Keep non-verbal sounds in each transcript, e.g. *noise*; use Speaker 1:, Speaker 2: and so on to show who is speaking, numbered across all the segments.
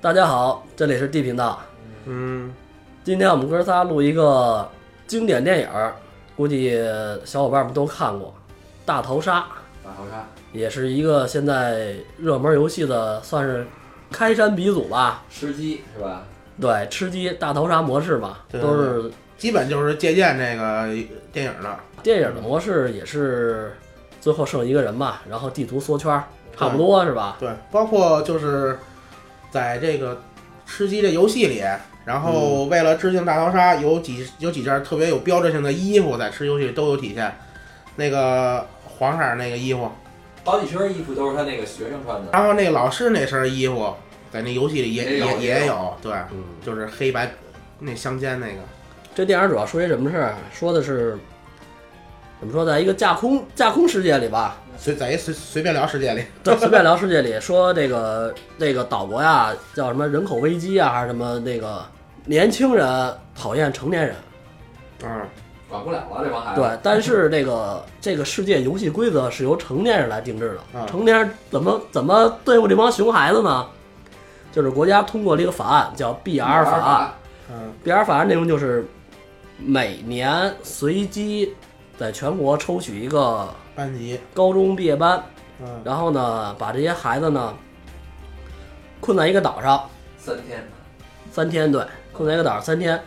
Speaker 1: 大家好，这里是 D 频道。嗯，今天我们哥仨录一个经典电影儿，估计小伙伴们都看过，《大逃杀》。
Speaker 2: 大逃杀，
Speaker 1: 也是一个现在热门游戏的，算是开山鼻祖吧。
Speaker 2: 吃鸡是吧？
Speaker 1: 对，吃鸡大逃杀模式嘛，
Speaker 3: 对
Speaker 1: 都是
Speaker 3: 基本就是借鉴这个电影的，
Speaker 1: 电影的模式，也是最后剩一个人嘛，然后地图缩圈儿，差不多是吧？
Speaker 3: 对，包括就是在这个吃鸡这游戏里，然后为了致敬大逃杀，有几有几件特别有标志性的衣服在吃游戏里都有体现。那个黄色儿那个衣服，
Speaker 4: 好几身衣服都是他那个学生穿的，
Speaker 3: 然后那个老师那身衣服，在那游戏里也
Speaker 4: 也有
Speaker 3: 也
Speaker 4: 也有
Speaker 3: 也有，对，
Speaker 1: 嗯，
Speaker 3: 就是黑白那相间那个，
Speaker 1: 这电影主要说一什么事儿？啊说的是怎么说，在一个架空架空世界里吧，
Speaker 3: 随在一随随便聊世界里，
Speaker 1: 在随便聊世界里说这个这个岛国呀，叫什么人口危机啊，还是什么那个年轻人讨厌成年人。
Speaker 3: 嗯，
Speaker 4: 管不了了这帮孩子。
Speaker 1: 对，但是这个这个世界游戏规则是由成年人来定制的。
Speaker 3: 嗯
Speaker 1: 成年人怎么怎么对付这帮熊孩子呢？就是国家通过了一个法案，叫 BR 法案。
Speaker 3: 嗯
Speaker 1: BR 法案内容就是每年随机在全国抽取一个
Speaker 3: 班级，
Speaker 1: 高中毕业班，
Speaker 3: 嗯，
Speaker 1: 然后呢把这些孩子呢困在一个岛上
Speaker 4: 三天，
Speaker 1: 三天，对，困在一个岛上三天，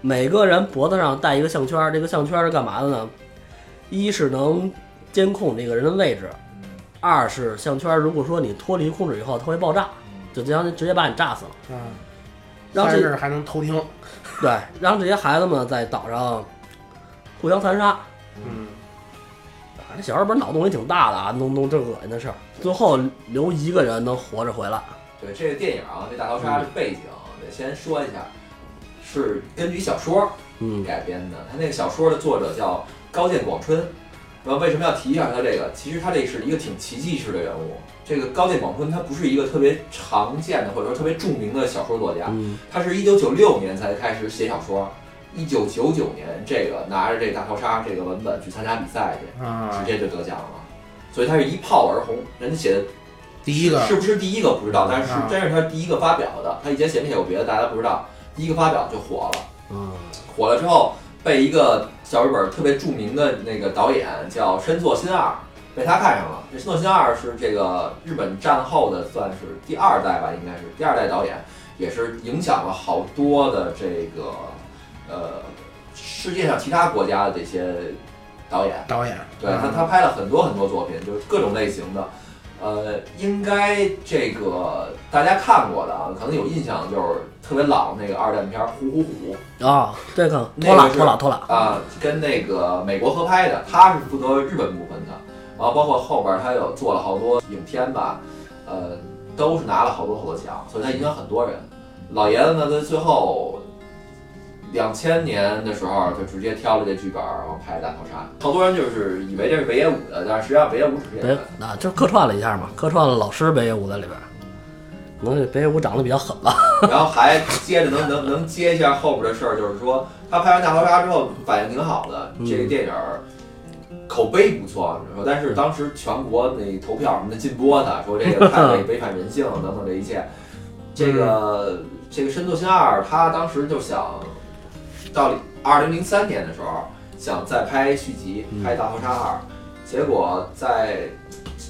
Speaker 1: 每个人脖子上戴一个项圈儿，这个项圈儿是干嘛的呢？一是能监控这个人的位置，二是项圈儿如果说你脱离控制以后，它会爆炸，就相当于直接把你炸死了。
Speaker 3: 嗯，
Speaker 1: 然后
Speaker 3: 但
Speaker 1: 这
Speaker 3: 是还能偷听，
Speaker 1: 对，让这些孩子们在岛上互相残杀。
Speaker 3: 嗯。
Speaker 1: 啊这小孩儿本身脑洞也挺大的啊，弄弄这恶心的事儿，最后留一个人能活着回来。
Speaker 4: 对这个电影啊，这大逃杀的背景得先说一下，是根据一小说
Speaker 1: 嗯，
Speaker 4: 改编的。他那个小说的作者叫高见广春。然后为什么要提一下他这个？其实他这是一个挺奇迹式的人物。这个高见广春他不是一个特别常见的或者说特别著名的小说作家，
Speaker 1: 嗯，
Speaker 4: 他是一九九六年才开始写小说，一九九九年这个拿着这大逃杀这个文本去参加比赛去，
Speaker 3: 啊
Speaker 4: 直，接就得奖了，所以他是一炮而红。人家写的
Speaker 3: 第一个
Speaker 4: 是不是第一个不知道，但是
Speaker 3: 啊
Speaker 4: 真是他第一个发表的。他以前写没写过别的，大家不知道。第一个发表就火了，
Speaker 1: 嗯，
Speaker 4: 火了之后被一个小日本特别著名的那个导演叫深作新二被他看上了。这深作新二是这个日本战后的算是第二代吧，应该是第二代导演，也是影响了好多的这个呃世界上其他国家的这些导演。
Speaker 3: 导演，
Speaker 4: 对他，他拍了很多很多作品，就是各种类型的。呃，应该这个大家看过的啊，可能有印象，就是特别老那个二战片儿《虎虎虎
Speaker 1: 啊，这个
Speaker 4: 那
Speaker 1: 拖
Speaker 4: 个
Speaker 1: 拉
Speaker 4: 是
Speaker 1: 拖拉拖拉》，
Speaker 4: 啊，跟那个美国合拍的，他是负责日本部分的，然后包括后边儿他有做了好多影片吧，呃，都是拿了好多好多奖，所以他影响很多人。老爷子呢，在最后两千年的时候，就直接挑了这剧本儿，然后拍《大逃杀》。好多人就是以为这是北野武的，但是实际上北野武只是演
Speaker 1: 北
Speaker 4: 员。
Speaker 1: 啊，就是客串了一下嘛，客串了老师北野武在里边儿，可能北野武长得比较狠吧。
Speaker 4: *laughs* 然后还接着能能能接一下后边的事儿，就是说他拍完《大逃杀》之后反应挺好的，
Speaker 1: 嗯
Speaker 4: 这个电影儿口碑不错，你说，但是当时全国那投票什么的禁播他，说这个太违违反人性等等这一切，这个这个深作新二他当时就想到二零零三年的时候想再拍续集，拍《大逃杀二》，结果在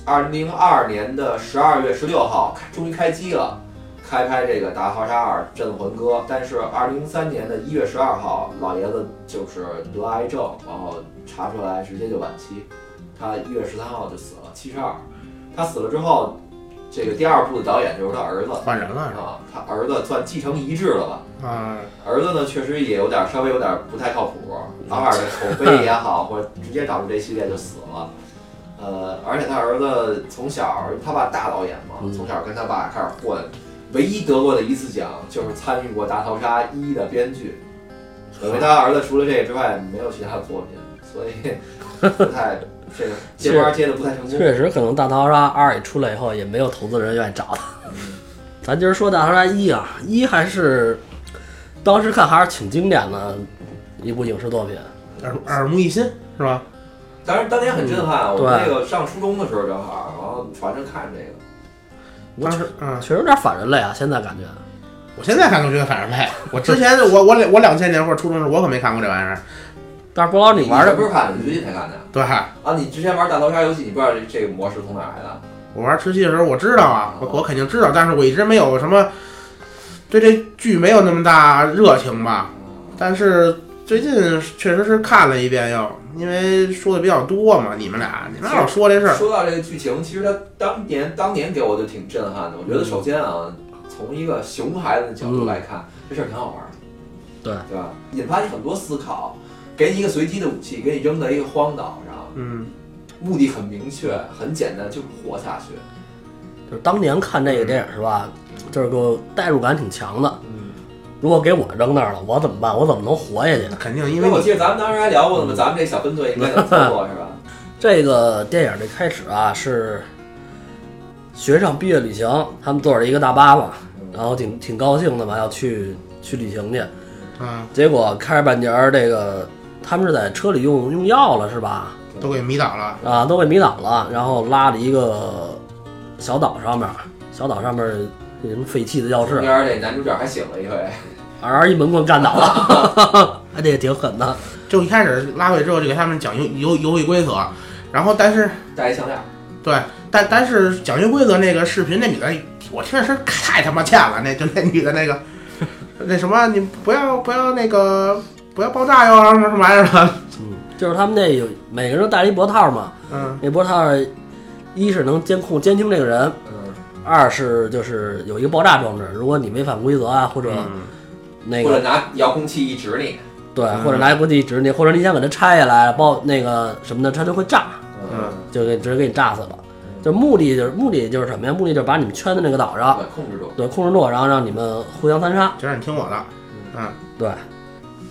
Speaker 4: 二零零二年的十二月十六号开终于开机了。开拍这个《大逃杀二：镇魂歌》，但是二零零三年的一月十二号，老爷子就是得癌症，然后查出来直接就晚期，他一月十三号就死了，七十二。他死了之后，这个第二部的导演就是他儿子
Speaker 3: 换人了
Speaker 4: 啊，他儿子算继承遗志了吧？
Speaker 3: 是吧？啊，
Speaker 4: 儿子呢，确实也有点稍微有点不太靠谱，
Speaker 1: 嗯
Speaker 4: 阿尔的
Speaker 1: *laughs*
Speaker 4: 口碑也好，或者直接导致这系列就死了。呃，而且他儿子从小，他爸大导演嘛，
Speaker 1: 嗯
Speaker 4: 从小跟他爸开始混，唯一得过的一次奖就是参与过《大逃杀一》的编剧，等于他儿子除了这个之外没有其他作品，所以不太
Speaker 1: *laughs*
Speaker 4: 这个接班接的不太成功。
Speaker 1: 确实，可能《大逃杀二》一出来以后，也没有投资人愿意找他。
Speaker 4: 嗯
Speaker 1: 咱今儿说《大逃杀一》啊，一还是当时看还是挺经典的一部影视作品。
Speaker 3: 耳耳目一新是吧？
Speaker 4: 当然当年很震撼，我
Speaker 1: 嗯对
Speaker 4: 那个上初中的时候正好，然后船上看这个。
Speaker 1: 我
Speaker 3: 当
Speaker 1: 确
Speaker 3: 时啊，
Speaker 1: 确实有点反人类啊，现在感觉。
Speaker 3: 我现在看都觉得反人类。我之前我我两我两千年或者初中时候我可没看过这玩意儿，
Speaker 1: 但是波老哦你玩
Speaker 4: 的
Speaker 1: 的
Speaker 4: 不是看的，你最近才看的
Speaker 3: 对吧？
Speaker 4: 啊！你之前玩大逃杀游戏，你不知道这这个模式从哪儿来的？
Speaker 3: 我玩吃鸡的时候，我知道啊，我我肯定知道，但是我一直没有什么对这剧没有那么大热情吧。
Speaker 4: 哦
Speaker 3: 但是最近确实是看了一遍又，因为说的比较多嘛，你们俩你们俩老说这事儿，
Speaker 4: 说到这个剧情，其实它当年当年给我就挺震撼的。我觉
Speaker 3: 嗯
Speaker 4: 得首先啊，从一个熊孩子的角度来看，这事儿挺好玩的，
Speaker 1: 对
Speaker 4: 对吧？引发你很多思考，给你一个随机的武器，给你扔在一个荒岛上，
Speaker 3: 嗯，
Speaker 4: 目的很明确，很简单，就是活下去。
Speaker 1: 就是当年看这个电影是吧，就是给我代入感挺强的。
Speaker 4: 嗯
Speaker 1: 如果给我扔那儿了，我怎么办？我怎么能活下去
Speaker 3: 那？肯定因
Speaker 4: 因
Speaker 3: 为
Speaker 4: 为我
Speaker 3: 你嗯
Speaker 4: 记得咱们当时还聊过呢嘛，咱们这小分队应该怎么操作是吧？
Speaker 1: 这个电影的开始啊，是学生毕业旅行，他们坐着一个大巴嘛，
Speaker 4: 嗯
Speaker 1: 然后挺挺高兴的嘛，要去去旅行去。
Speaker 3: 啊
Speaker 1: 结果开着半截儿，这个他们是在车里用用药了是吧？
Speaker 3: *laughs* 都给迷倒了，
Speaker 1: 啊，都被迷倒了，然后拉着一个小岛上面，小岛上面有什么废弃的教
Speaker 4: 中
Speaker 1: 室，啊
Speaker 4: 间这男主角还醒了一回， *laughs*
Speaker 1: 而一门棍干倒了， *laughs* 哎，这也挺狠的。
Speaker 3: 就一开始拉回之后就给他们讲游游游戏规则，然后但是
Speaker 4: 戴一项链。
Speaker 3: 对，但但是讲游戏规则那个视频那女的，我听着声儿太他妈欠了，那就那女的那个那什么，你不要不要那个不要爆炸哟，什么什么玩意儿啊的，
Speaker 1: 嗯，就是他们那有每个人都戴了一脖套嘛，
Speaker 3: 嗯
Speaker 1: 那脖套一是能监控监听这个人，
Speaker 4: 嗯，
Speaker 1: 二是就是有一个爆炸装置，如果你违反规则啊，或者那
Speaker 4: 或
Speaker 1: 个、
Speaker 4: 者拿遥控器一指你，
Speaker 1: 对，
Speaker 3: 嗯
Speaker 1: 或者拿一棍子一指你，或者你想给它拆下来，爆那个什么的，它就会炸，
Speaker 4: 嗯，
Speaker 1: 就给直接给你炸死了。就目的就是目的就是什么呀？目的就是把你们圈在那个岛上，
Speaker 4: 对，控制住。
Speaker 1: 对，控制住，然后让你们互相残杀，
Speaker 3: 就让你听我的，嗯，
Speaker 1: 对。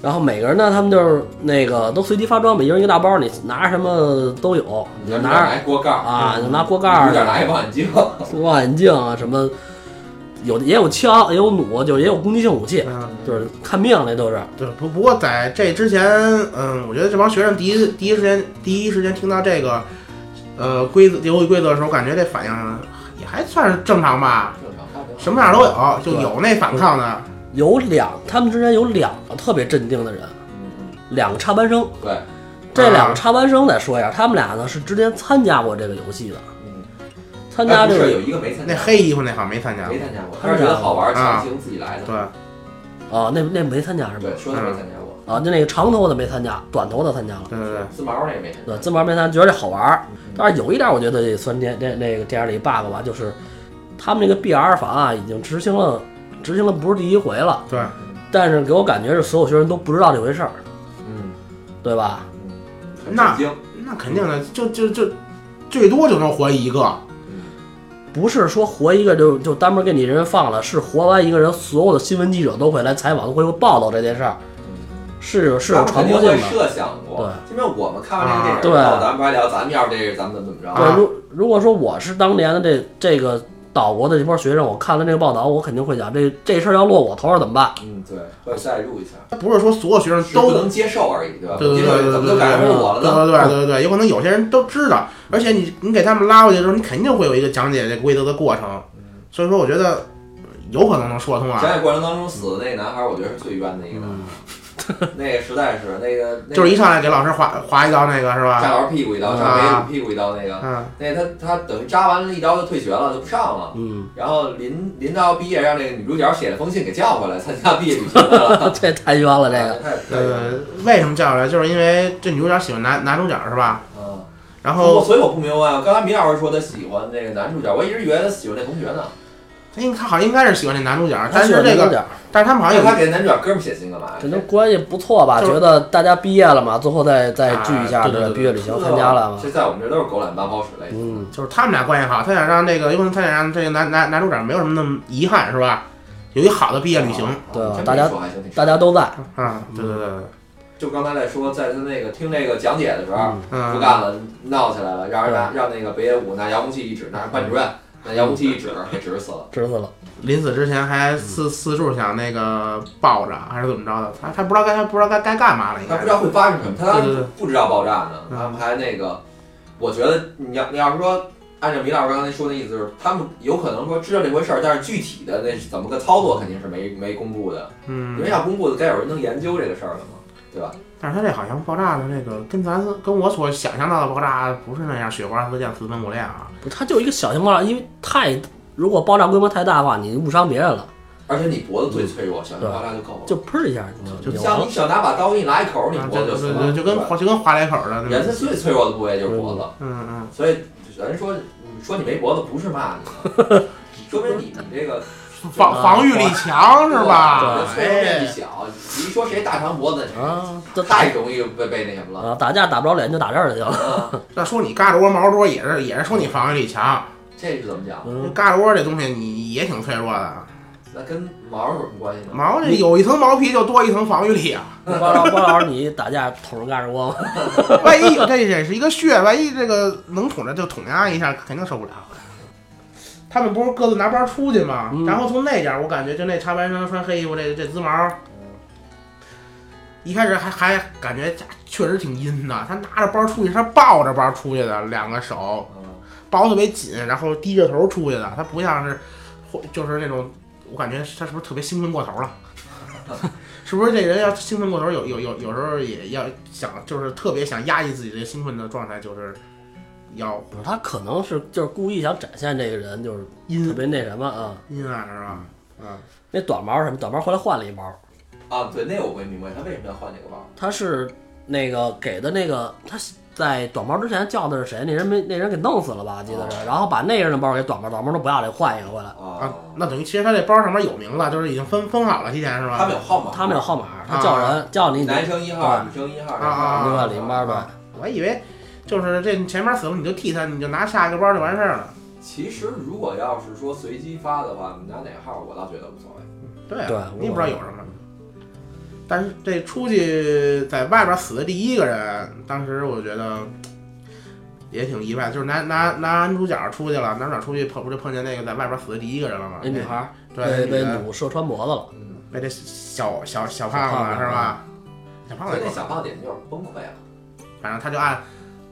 Speaker 1: 然后每个人呢，他们就是那个都随机发装备，一人一个大包，你拿什么都有，
Speaker 4: 你
Speaker 1: 你
Speaker 4: 要
Speaker 1: 就
Speaker 4: 拿
Speaker 1: 拿
Speaker 4: 拿锅盖儿，
Speaker 1: 啊，就拿锅盖
Speaker 4: 有
Speaker 1: 儿
Speaker 4: 点拿一望远镜，
Speaker 1: 望远镜啊，什么有的也有枪，也有弩，就是也有攻击性武器，
Speaker 3: 嗯，
Speaker 1: 就是看命那都是。
Speaker 3: 对，不不过在这之前，嗯，我觉得这帮学生第一第一时间第一时间听到这个，呃，规则游戏规则的时候，感觉这反应也还算是正常吧，
Speaker 4: 正常发表
Speaker 3: *laughs* 什么样都有，就有那反抗的，
Speaker 1: 有两，他们之间有两个特别镇定的人，
Speaker 4: 嗯
Speaker 1: 两个插班生。
Speaker 4: 对，
Speaker 1: 这两个
Speaker 3: 啊
Speaker 1: 插班生再说一下，他们俩呢是之前参加过这个游戏的，
Speaker 4: 嗯，
Speaker 1: 参加
Speaker 4: 哎不
Speaker 1: 这
Speaker 4: 是
Speaker 1: 个
Speaker 4: 有一个没参加，
Speaker 3: 那黑衣服那好像没参加，
Speaker 4: 没参加过，
Speaker 1: 他
Speaker 4: 他
Speaker 1: 是
Speaker 4: 是觉得好玩，
Speaker 3: 啊
Speaker 4: 强行自己来的。
Speaker 3: 对，
Speaker 1: 啊，那那没参加是吧？
Speaker 4: 对，说他没参加过，
Speaker 1: 啊，就那个长头的没参加，短头的参加了。
Speaker 3: 对对对。
Speaker 4: 自毛那也没参加。
Speaker 1: 呃对，自毛没参加，觉得这好玩儿。但是有一点，我觉得也算这这那个这样的一 bug 吧，就是他们这个 BR 法啊，已经执行了，执行了不是第一回了。
Speaker 3: 对。
Speaker 1: 但是给我感觉是所有学生都不知道这回事儿，
Speaker 4: 嗯，
Speaker 1: 对吧？
Speaker 4: 很
Speaker 3: 嗯那
Speaker 4: 震惊
Speaker 3: 那肯定的，就就就最多就能活一个，
Speaker 1: 不是说活一个就就单门给你人放了，是活完一个人，所有的新闻记者都会来采访，都会报道这件事儿，
Speaker 3: 嗯
Speaker 1: 是是有
Speaker 4: 他
Speaker 1: 传
Speaker 4: 们肯定
Speaker 1: 播性
Speaker 4: 会
Speaker 1: 的。
Speaker 4: 设想过，因为我们看完
Speaker 3: 啊
Speaker 4: 这个电影
Speaker 1: 对
Speaker 4: 之后，咱们不还聊，咱们要是这是咱们怎么怎么
Speaker 3: 对
Speaker 4: 着？
Speaker 1: 对，如如果说我是当年的这这个岛国的这波学生，我看了这个报道，我肯定会想，这这事儿要落我头上怎么办？ *laughs*
Speaker 4: 嗯，对，会代入一下，
Speaker 3: 不是说所有学生
Speaker 4: 都
Speaker 3: 都
Speaker 4: 能接受而已，对吧？
Speaker 3: 对对
Speaker 4: 接
Speaker 3: 对
Speaker 4: 受
Speaker 3: 对
Speaker 4: 怎么
Speaker 3: 对
Speaker 4: 就改成我了
Speaker 3: 对
Speaker 4: 呢？
Speaker 3: 对对对对，有可能有些人都知道，而且你你给他们拉过去的时候，你肯定会有一个讲解这规则的过程，所以说我觉得有可能能说通
Speaker 4: 讲
Speaker 3: 啊，
Speaker 4: 解过程当中死的那男孩，我觉得是最冤的一个男孩，那个实在是那个，
Speaker 3: 嗯
Speaker 4: 那个
Speaker 3: 就是一上来给老师划划一刀那个是
Speaker 4: 扎
Speaker 3: 吧？
Speaker 4: 老师屁股一刀，扎
Speaker 3: 啊
Speaker 4: 梅屁股一刀那个，
Speaker 3: 嗯，
Speaker 4: 那他他等于扎完了一刀就退学了，就不上了。
Speaker 1: 嗯，
Speaker 4: 然后临临到毕业，让那个女主角写了封信给叫回来参加毕业旅行
Speaker 3: *laughs*
Speaker 4: 来了。
Speaker 1: 这太冤了，这
Speaker 4: *laughs*
Speaker 1: 个。
Speaker 4: 个太太
Speaker 3: 呃，为什么叫来？就是因为这女主角喜欢男男主角是吧？
Speaker 4: 嗯，
Speaker 3: 然
Speaker 4: 我
Speaker 3: 后
Speaker 4: 所以我不明白啊，刚才米老师说他喜欢那个男主角，我一直以为他喜欢那同学呢。
Speaker 3: 他应该好像应该是喜欢这男主角，
Speaker 1: 他
Speaker 3: 但
Speaker 1: 喜
Speaker 3: 是
Speaker 1: 欢
Speaker 3: 这
Speaker 1: 有
Speaker 3: 个
Speaker 1: 点儿，
Speaker 3: 但是他们好
Speaker 4: 而
Speaker 3: 像
Speaker 4: 且
Speaker 3: 啊有
Speaker 4: 他给男主角哥们儿写信干嘛呀？
Speaker 1: 这都关系不错吧？
Speaker 3: 就是
Speaker 1: 觉得大家毕业了嘛，最后再再
Speaker 3: 啊
Speaker 1: 聚一下，
Speaker 3: 对对对
Speaker 1: 毕业旅
Speaker 4: 这
Speaker 1: 行参加了啊嘛
Speaker 4: 这。在我们这都是狗懒八泡屎类的。
Speaker 1: 嗯，
Speaker 3: 就是他们俩关系好，他想让这个，因为他想让这个男男男主角没有什么那么遗憾，是吧？有一好的毕业旅行
Speaker 4: 啊
Speaker 1: 对
Speaker 4: 真没
Speaker 1: 大家
Speaker 4: 说还行挺
Speaker 1: 大家都在，
Speaker 3: 啊，对对对对，
Speaker 4: 嗯就刚才在说，在他那个听那个讲解的时候，
Speaker 3: 嗯，
Speaker 4: 不干了，闹起来了，让人拿让那个北野武拿遥控器一指，那班主
Speaker 3: 嗯
Speaker 4: 任拿遥控器一指，给指死了。
Speaker 1: 知道了。
Speaker 3: 临死之前还四四处想那个抱着，啊还是怎么着的？他他不知道该他不知道该该干嘛了，应
Speaker 4: 他
Speaker 3: 该
Speaker 4: 不知道会发生什么，他当
Speaker 3: 对
Speaker 4: 时
Speaker 3: 对对
Speaker 4: 不知道爆炸呢，
Speaker 3: 嗯
Speaker 4: 他们还那个，我觉得你要你要是说。按照米老师刚才说的意思，就是他们有可能说知道这回事儿，但是具体的那是怎么个操作肯定是没没公布的。因
Speaker 3: 嗯
Speaker 4: 为，要公布的，该有人能研究这个事儿了嘛，对吧？
Speaker 3: 但是他这好像爆炸的这个跟咱跟我所想象到的爆炸不是那样，雪花四溅，四分五裂啊，
Speaker 1: 不是，它就一个小型爆炸，因为太如果爆炸规模太大的话，你误伤别人了，
Speaker 4: 而且你脖子最
Speaker 3: 嗯
Speaker 4: 脆弱，小心爆炸就够了。
Speaker 1: 就喷一下就
Speaker 4: 你
Speaker 1: 就
Speaker 4: 像
Speaker 1: 完
Speaker 4: 你想拿把刀给你拉一口，你
Speaker 3: 啊
Speaker 4: 脖
Speaker 3: 就就
Speaker 4: 子就死了。
Speaker 3: 就就跟
Speaker 4: 对吧
Speaker 3: 就跟划了一口的，
Speaker 4: 人最脆弱的部位就是脖子。
Speaker 3: 嗯嗯，
Speaker 4: 所以人说你说你没脖子不是骂你，啊
Speaker 3: *laughs*
Speaker 4: 说明你你这个
Speaker 3: 防防御力强是吧？
Speaker 4: 脆弱面
Speaker 3: 哎，
Speaker 4: 积小，你一说谁大长脖子
Speaker 1: 了，啊，这打
Speaker 4: 太容易被被那什么了。
Speaker 1: 啊打架打不着脸就打这儿去了。
Speaker 4: 啊，
Speaker 3: 那说你嘎着窝毛多也是也是说你防御力强，
Speaker 4: 这是怎么讲？
Speaker 1: *laughs* 嗯，
Speaker 3: 嘎着窝这东西你也挺脆弱的，
Speaker 4: 那跟毛有什么关系呢？
Speaker 3: 毛这有一层毛皮就多一层防御力啊。
Speaker 1: 包老包老师，你打架捅人干着窝吗？
Speaker 3: *laughs* 万一有这也是一个穴，万一这个能捅着就捅压一下，肯定受不了。他们不是各自拿包出去吗？
Speaker 1: 嗯
Speaker 3: 然后从那家，我感觉就那插班生穿黑衣服这这滋毛，一开始还还感觉这确实挺阴的。他拿着包出去，他抱着包出去的，两个手
Speaker 4: 嗯
Speaker 3: 抱得特别紧，然后低着头出去的。他不像是，或就是那种，我感觉他是不是特别兴奋过头了？ *laughs* 是不是这人要兴奋过头，有有有有时候也要想，就是特别想压抑自己这兴奋的状态，就是要
Speaker 1: 不是，他可能是就是故意想展现这个人就是特
Speaker 3: 阴
Speaker 1: 别那什么啊。
Speaker 3: 阴暗是吧？嗯，
Speaker 1: 那短毛什么短毛回来换了一毛，
Speaker 4: 啊，对，那我没明白他为什么要换这个包。
Speaker 1: 他是那个给的那个他在短毛之前叫的是谁？那人没那人给弄死了吧？记得
Speaker 3: 哦
Speaker 1: 是，然后把那人的包给短毛，短毛说不要这换一个回来。
Speaker 3: 啊
Speaker 4: 啊，，
Speaker 3: 那等于其实他这包上面有名字，就是已经分分好了，提前是
Speaker 4: 他
Speaker 3: 吧
Speaker 4: 们？有号码，
Speaker 1: 他们有号
Speaker 3: 哦
Speaker 1: 码，他叫人叫你，你
Speaker 4: 男
Speaker 1: 就
Speaker 4: 生一号，女生一号，
Speaker 3: 啊
Speaker 1: 换零包呗。
Speaker 3: 我还以为就是这前面死了你就替他，你就拿下一个包就完事儿了。
Speaker 4: 其实如果要是说随机发的话，你拿哪号我倒觉得无所谓。
Speaker 3: 对啊，
Speaker 1: 对
Speaker 3: 你也不知道有什么。但是这出去在外边死的第一个人，当时我觉得也挺意外，就是男男男主角出去了，男主角出去碰不就碰见那个在外边死的第一个人了吗？
Speaker 1: 那哎女孩
Speaker 3: 哎对
Speaker 1: 被
Speaker 3: 那
Speaker 1: 被
Speaker 3: 女的
Speaker 1: 弩射穿脖子了，
Speaker 4: 嗯，
Speaker 3: 被这小小小胖
Speaker 1: 小
Speaker 3: 子
Speaker 1: 胖子啊
Speaker 3: 是吧？小胖
Speaker 4: 所
Speaker 3: 子
Speaker 4: 以那
Speaker 3: 也
Speaker 4: 小胖点就是崩溃了。
Speaker 3: 反正他就按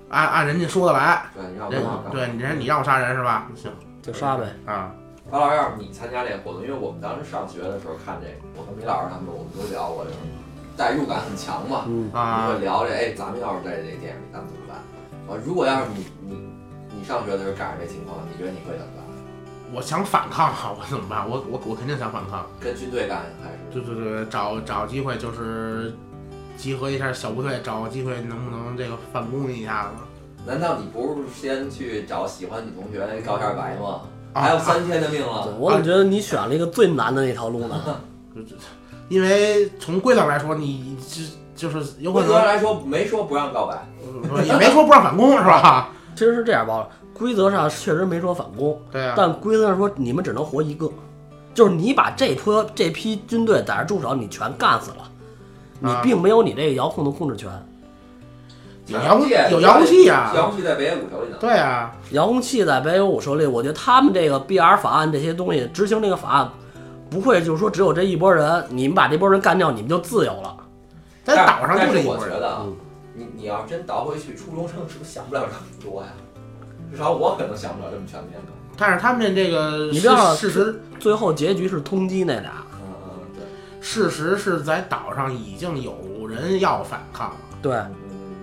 Speaker 3: 按按人家说的来，
Speaker 4: 对，你让
Speaker 3: 人
Speaker 4: 我
Speaker 3: 对你人你让我杀人是吧？行
Speaker 1: 就杀呗。
Speaker 3: 啊，
Speaker 4: 高老师，要是你参加这个活动，因为我们当时上学的时候看这个，我和米老师他们我们都聊过，就是代入感很强嘛。
Speaker 1: 嗯，
Speaker 4: 你
Speaker 3: 啊
Speaker 4: 会聊这，哎，咱们要是在这个电影里，咱们怎么办？啊，如果要是你你你上学的时候赶上这情况，你觉得你会怎么办？
Speaker 3: 我想反抗啊，我怎么办？我我我肯定想反抗。
Speaker 4: 跟军队干还是？
Speaker 3: 对对对，找找机会就是集合一下小部队，找个机会能不能这个反攻一下子？
Speaker 4: 难道你不是先去找喜欢女同学告一下白吗？
Speaker 3: 啊
Speaker 4: 还有三天的命了
Speaker 3: 哦
Speaker 1: 对，我怎么觉得你选了一个最难的那条路呢？
Speaker 3: 因为从规则来说，你就就是有可
Speaker 4: 规则
Speaker 3: 能
Speaker 4: 来说没说不让告白，
Speaker 3: 呃也没说不让反攻是吧？
Speaker 1: *laughs* 其实是这样吧，规则上确实没说反攻，
Speaker 3: 对啊，
Speaker 1: 但规则上说你们只能活一个，就是你把这波这批军队在这驻守，你全干死了，你
Speaker 3: 啊
Speaker 1: 并没有你这个遥控的控制权。
Speaker 3: 有遥控
Speaker 4: 借
Speaker 3: 有遥控器啊
Speaker 4: 遥控器在北野武手里呢。
Speaker 3: 对啊，
Speaker 1: 遥控器在北野武手里，我觉得他们这个 BR 法案这些东西执行这个法案，不会就是说只有这一波人，你们把这波人干掉，你们就自由了。
Speaker 3: 在
Speaker 4: 但
Speaker 3: 岛上
Speaker 4: 但
Speaker 3: 就是这一
Speaker 4: 我
Speaker 3: 波
Speaker 4: 觉
Speaker 3: 人，
Speaker 4: 得啊
Speaker 1: 嗯，
Speaker 4: 你你要真倒回去，初中生是不是想不了这么多呀？至少我可能想不了这么全面的。
Speaker 3: 但是他们这个
Speaker 1: 你
Speaker 3: 事
Speaker 1: 不要
Speaker 3: 事实
Speaker 1: 最后结局是通缉那俩，
Speaker 4: 嗯嗯，对。
Speaker 3: 事实是在岛上已经有人要反抗了，
Speaker 1: 对
Speaker 4: 嗯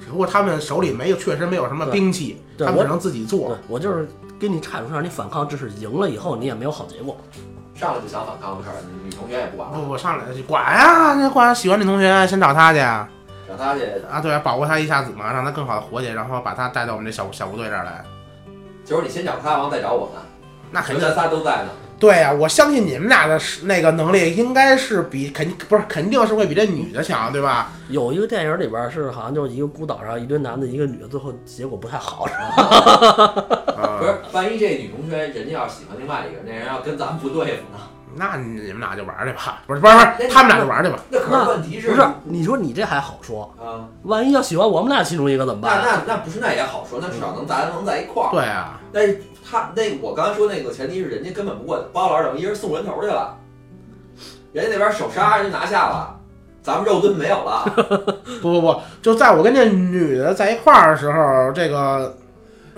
Speaker 3: 只不过他们手里没有确实没有什么
Speaker 1: 对
Speaker 3: 兵器，
Speaker 1: 对
Speaker 3: 他们
Speaker 1: 我
Speaker 3: 只能自己
Speaker 1: 对
Speaker 3: 做。，
Speaker 1: 我就是跟你阐述让你反抗，这是赢了以后你也没有好结果。
Speaker 4: 上来就想反抗的事儿，女同学也不管
Speaker 3: 不
Speaker 4: 了，
Speaker 3: 哎不，上来就管啊！那管喜欢女同学，先找他去。
Speaker 4: 然让他去。
Speaker 3: 啊，对啊，保护他一下子嘛，让他更好的活下去，然后把他带到我们这小小部队这儿来。
Speaker 4: 就是你先找他，然后再找我们，
Speaker 3: 那肯
Speaker 4: 咱
Speaker 3: 定
Speaker 4: 咱仨都在呢。
Speaker 3: 对呀、我相信你们俩的是那个能力应该是比肯不是肯定是会比这女的强，对吧？
Speaker 1: 有一个电影里边是好像就是一个孤岛上一堆男的，一个女的，最后结果不太好。
Speaker 3: 啊
Speaker 4: 不，是，万一这女同学人家要喜欢另外一个人，那人要跟咱们不对付呢？
Speaker 3: 那你们俩就玩儿去吧，不是不是不是，他们俩就玩儿去吧。
Speaker 4: 那可
Speaker 1: 那
Speaker 4: 是问题是
Speaker 1: 不是，你说你这还好说，
Speaker 4: 啊，
Speaker 1: 万一要喜欢我们俩其中一个怎么
Speaker 4: 那
Speaker 1: 办？
Speaker 4: 那那不是那也好说，那至少能咱能在一块儿。
Speaker 3: 嗯对啊，
Speaker 4: 但是他那我刚才说那个前提是人家根本不过包老师等于一人送人头去了，人家那边手杀人家拿下了，咱们肉盾没有了。
Speaker 3: 不不不，就在我跟这女的在一块儿的时候，这个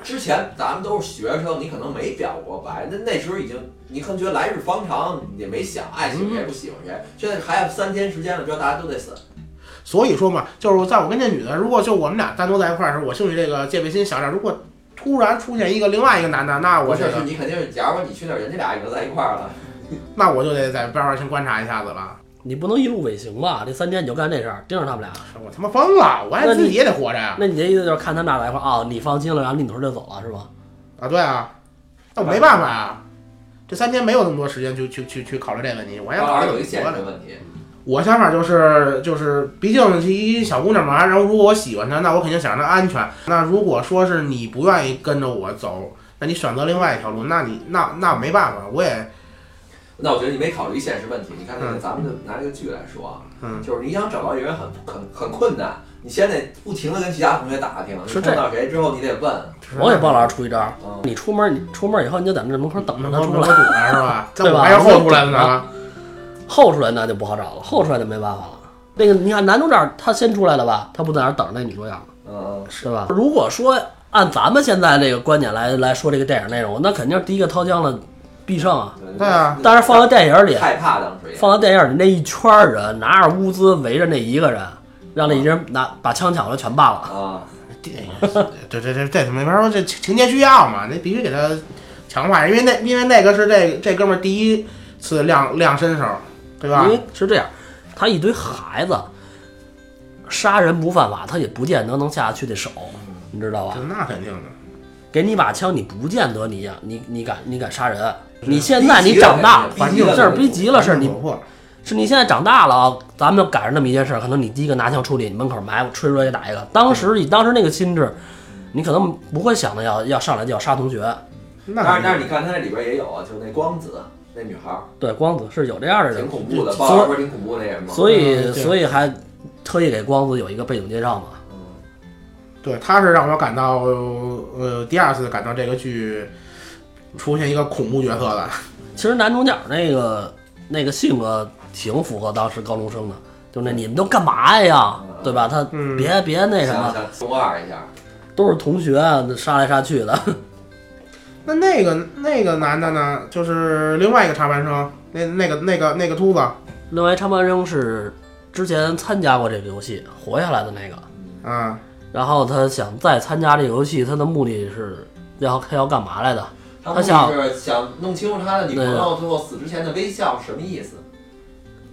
Speaker 4: 之前咱们都是学生，你可能没表过白，那那时候已经你可能觉得来日方长，也没想爱喜欢
Speaker 3: 嗯
Speaker 4: 谁不喜欢谁。现在还有三天时间了，之后大家都得死。
Speaker 3: 所以说嘛，就是在我跟这女的，如果就我们俩单独在一块儿的时候，我兴许这个戒备心小点儿。如果突然出现一个另外一个男的，那
Speaker 4: 不
Speaker 3: 我觉
Speaker 4: 是，是
Speaker 3: 得
Speaker 4: 你肯定是，假如说你去那儿，人家俩已经在一块儿了。
Speaker 3: 那我就得在边上先观察一下子了。
Speaker 1: 你不能一路尾行吧？这三天你就干这事儿，盯着他们俩。
Speaker 3: 我他妈疯了，我还
Speaker 1: 那你
Speaker 3: 自己也得活着呀！
Speaker 1: 那你的意思就是看他们俩在一块儿啊、你放心了，然后你头就走了是吧？
Speaker 3: 啊，对啊，那我没办法呀，这三天没有那么多时间去去去去考虑这问题，我也
Speaker 4: 包老
Speaker 3: 考
Speaker 4: 师
Speaker 3: 虑
Speaker 4: 啊有一
Speaker 3: 怎
Speaker 4: 现
Speaker 3: 么
Speaker 4: 实
Speaker 3: 活着。
Speaker 4: 的问题，
Speaker 3: 我想法就是就是，毕竟是一小姑娘嘛，然后如果我喜欢她，那我肯定想让她安全。那如果说是你不愿意跟着我走，那你选择另外一条路，那你那那没办法，我也
Speaker 4: 那我觉得你没考虑现实问题。你看那个，咱们就拿这个剧来说啊，
Speaker 3: 嗯
Speaker 4: 就是你想找到一个人很很很困难，你先得不停的跟其他同学打听，你
Speaker 1: 是这
Speaker 4: 碰到谁之后你得问。
Speaker 1: 我给鲍老师出一招儿，
Speaker 4: 嗯，
Speaker 1: 你出门你出门以后你就在那门口等着
Speaker 3: 能
Speaker 1: 他
Speaker 3: 能
Speaker 1: 出
Speaker 3: 能
Speaker 1: 来，
Speaker 3: 堵来是 *laughs* 吧？
Speaker 1: 对
Speaker 3: 这
Speaker 1: 吧
Speaker 3: 我还要后出来的呢。
Speaker 1: 后出来那就不好找了，后出来就没办法了。那个你看男主角他先出来了吧，他不在那儿等着那女主角吗？
Speaker 4: 嗯嗯，
Speaker 1: 是吧？如果说按咱们现在这个观点来来说这个电影内容，那肯定第一个掏枪了必胜啊。
Speaker 3: 对啊
Speaker 1: 但是放到电影里，
Speaker 4: 害怕当时也
Speaker 1: 放到电影里那一圈儿人拿着物资围着那一个人，让那一人拿把枪抢了全办了。
Speaker 4: 啊，
Speaker 3: 这这这这没法说，这情情节需要嘛，那必须给他强化，因为那因为那个是这这哥们儿第一次亮亮身手，对吧
Speaker 1: 因？为嗯是这样，他一堆孩子杀人不犯法，他也不见得能下得去这手，你知道吧？
Speaker 4: 嗯
Speaker 3: 那肯定的。
Speaker 1: 给你把枪，你不见得你你你敢你敢杀人。你现在你长大，
Speaker 4: 逼
Speaker 3: 环
Speaker 4: 急
Speaker 3: 境
Speaker 4: 了
Speaker 1: 这是逼急了，是你
Speaker 3: 不破，
Speaker 1: 是你现在长大了啊，咱们赶上那么一件事儿，可能你第一个拿枪出去，你门口埋伏，吹出来就打一个。当时以当时那个心智，你可能不会想着要要上来就要杀同学。
Speaker 3: 那
Speaker 4: 但是
Speaker 3: 肯定
Speaker 4: 但是你看他那里边也有，啊，就是那光子那女孩儿
Speaker 1: 对，光子是有这样的人
Speaker 4: 挺，恐怖的，
Speaker 1: 所
Speaker 4: 包老师不是挺恐怖的那人吗？
Speaker 1: 所以
Speaker 3: 嗯对
Speaker 1: 所以还特意给光子有一个背景介绍嘛。
Speaker 4: 嗯
Speaker 3: 对，他是让我感到呃第二次感到这个剧出现一个恐怖角色的，
Speaker 1: 其实男主角那个那个性格挺符合当时高中生的，就那你们都干嘛呀
Speaker 4: 嗯，
Speaker 1: 对吧？他
Speaker 3: 嗯
Speaker 1: 别别那什
Speaker 4: 想
Speaker 1: 么，
Speaker 4: 想中二一下，
Speaker 1: 都是同学杀来杀去
Speaker 3: 嗯
Speaker 1: 的。
Speaker 3: 那那个那个男的呢，就是另外一个插班生，那那个那个那个秃子
Speaker 1: 另外，插班生是之前参加过这个游戏活下来的那个。
Speaker 3: 啊，
Speaker 1: 然后他想再参加这个游戏，他的目的是要他要干嘛来的？
Speaker 4: 他
Speaker 1: 他
Speaker 4: 不
Speaker 1: 想
Speaker 4: 是想弄清楚他的女朋友最后死之前的微笑什么意思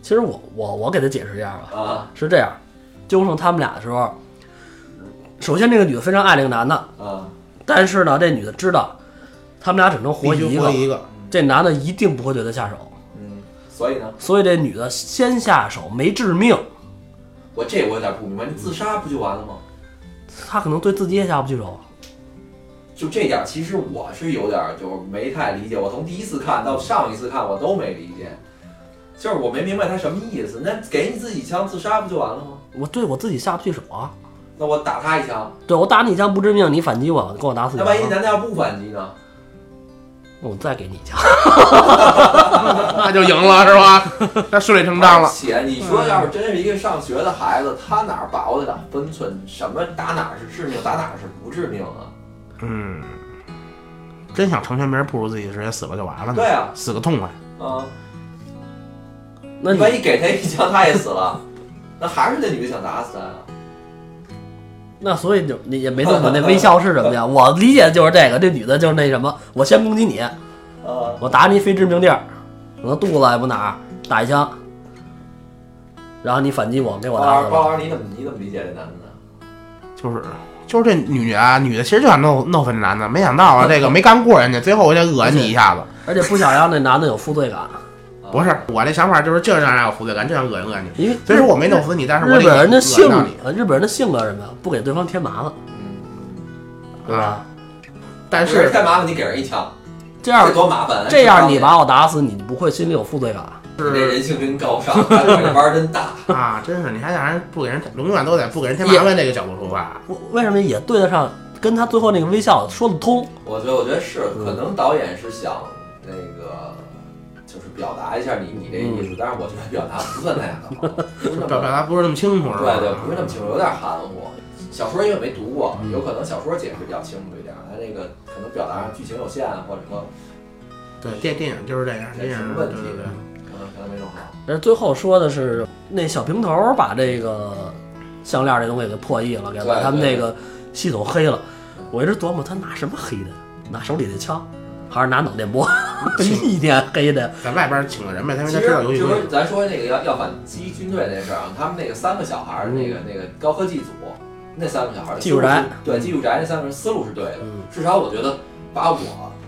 Speaker 1: 其实我我我给他解释一下吧，
Speaker 4: 啊
Speaker 1: 是这样，纠正他们俩的时候，首先这个女的非常爱这个男的，
Speaker 4: 啊
Speaker 1: 但是呢，这女的知道他们俩只能活
Speaker 3: 必须
Speaker 1: 一
Speaker 3: 活
Speaker 1: 个，
Speaker 3: 一个，
Speaker 1: 这男的一定不会对她下手，
Speaker 4: 嗯，所以呢，
Speaker 1: 所以这女的先下手没致命，
Speaker 4: 我这我有点不明白，你自杀不就完了吗？
Speaker 1: 她可能对自己也下不去手。
Speaker 4: 就这点，其实我是有点就是没太理解。我从第一次看到上一次看，我都没理解，就是我没明白他什么意思。那给你自己一枪自杀不就完了吗？
Speaker 1: 我对我自己下不去手啊，
Speaker 4: 那我打他一枪，
Speaker 1: 对我打你一枪不致命，你反击我，给我打死
Speaker 4: 那
Speaker 1: 你，
Speaker 4: 万一男的要不反击呢？
Speaker 1: 我再给你一枪。
Speaker 3: *laughs* 那就赢了是吧？那顺理成章
Speaker 4: 而 *laughs*
Speaker 3: 了。
Speaker 4: 且你
Speaker 1: 嗯
Speaker 4: 说，要是真是一个上学的孩子，他哪儿把握得了分寸？什么打哪儿是致命，打哪儿是不致命啊？
Speaker 3: 嗯，真想成全别人，不如自己直接死了就完了呢
Speaker 4: 对，啊，
Speaker 3: 死个痛快。
Speaker 4: 啊，
Speaker 1: 那你
Speaker 4: 万一给他一枪，他也死了，那还是那女的想打死他呀？
Speaker 1: 那所以就你也没弄懂那微笑是什么呀？我理解的就是这个，这女的就是那什么，我先攻击你，
Speaker 4: 啊，
Speaker 1: 我打你非致命地儿，可能肚子也不哪儿打一枪，然后你反击我，给我
Speaker 4: 包
Speaker 1: 打死
Speaker 4: 老包
Speaker 1: 了。
Speaker 4: 老师，你怎么你怎么理解这男的呢？
Speaker 3: 就是就是这女的啊，女的其实就想弄弄死这男的，没想到啊，这个没干过人家，最后我得恶心你一下子。
Speaker 1: 而且不想让那男的有负罪感，
Speaker 4: 啊
Speaker 3: 不是我这想法就是就让人有负罪感，就想恶心恶心你。
Speaker 1: 因为
Speaker 3: 虽说我没弄死你，但是我
Speaker 1: 日
Speaker 3: 得
Speaker 1: 本人的
Speaker 3: 恶心
Speaker 1: 性
Speaker 3: 到你，，
Speaker 1: 日本人的性格是什么呀？不给对方添麻烦，
Speaker 4: 嗯，
Speaker 1: 对吧？
Speaker 3: 但
Speaker 4: 不是
Speaker 3: 是
Speaker 4: 干嘛呢？你给人一枪，
Speaker 1: 这样
Speaker 4: 这多麻烦啊！
Speaker 1: 这样你
Speaker 4: 吧，
Speaker 1: 把我打死，你不会心里有负罪感。
Speaker 4: 你这
Speaker 3: 是
Speaker 4: 人性真高尚，但是这玩儿真大。
Speaker 3: 啊，真是你还让人不给人永远都得不给人添麻烦这个角度出发，
Speaker 1: 我为什么也对得上？跟他最后那个微笑说得通，
Speaker 4: 我觉得，我觉得是，
Speaker 1: 嗯
Speaker 4: 可能导演是想那个，就是表达一下你你这意
Speaker 1: 嗯
Speaker 4: 思，但是我觉得表达不算那样的
Speaker 1: *laughs*
Speaker 4: 好，不是那
Speaker 3: 表
Speaker 4: 么
Speaker 3: 表达不是那么清楚，是吧？
Speaker 4: 对对，不是那么清楚，有点含糊。小说因为没读过，
Speaker 1: 嗯
Speaker 4: 有可能小说解释比较清楚一点，它这个可能表达上剧情有限，啊或者说
Speaker 3: 对，电电影就是这样，电
Speaker 4: 这
Speaker 3: 影
Speaker 4: 什么
Speaker 3: 对
Speaker 4: 问题
Speaker 3: 对对。
Speaker 4: 可能可能没弄好。
Speaker 1: 但是最后说的是那小平头把这个项链这东西给破译了，给把
Speaker 4: 对
Speaker 1: 他们
Speaker 4: 对
Speaker 1: 那个系统黑了。我一直琢磨他拿什么黑的，拿手里的枪，还是拿脑 *laughs* 电波，一天黑的。
Speaker 3: 在外边请个人呗，他因为
Speaker 4: 其
Speaker 3: 他
Speaker 4: 实
Speaker 3: 知道游戏
Speaker 4: 就
Speaker 3: 规
Speaker 4: 是
Speaker 3: 则。
Speaker 4: 咱说那个要要反击军队那事儿啊，他们那个三个小孩儿，那个那个高科技组，那三个小孩儿的
Speaker 1: 嗯技
Speaker 4: 思路
Speaker 1: 术
Speaker 4: 是
Speaker 1: 宅，
Speaker 4: 对技术宅那三个人思路是对的
Speaker 1: 嗯，
Speaker 4: 至少我觉得把我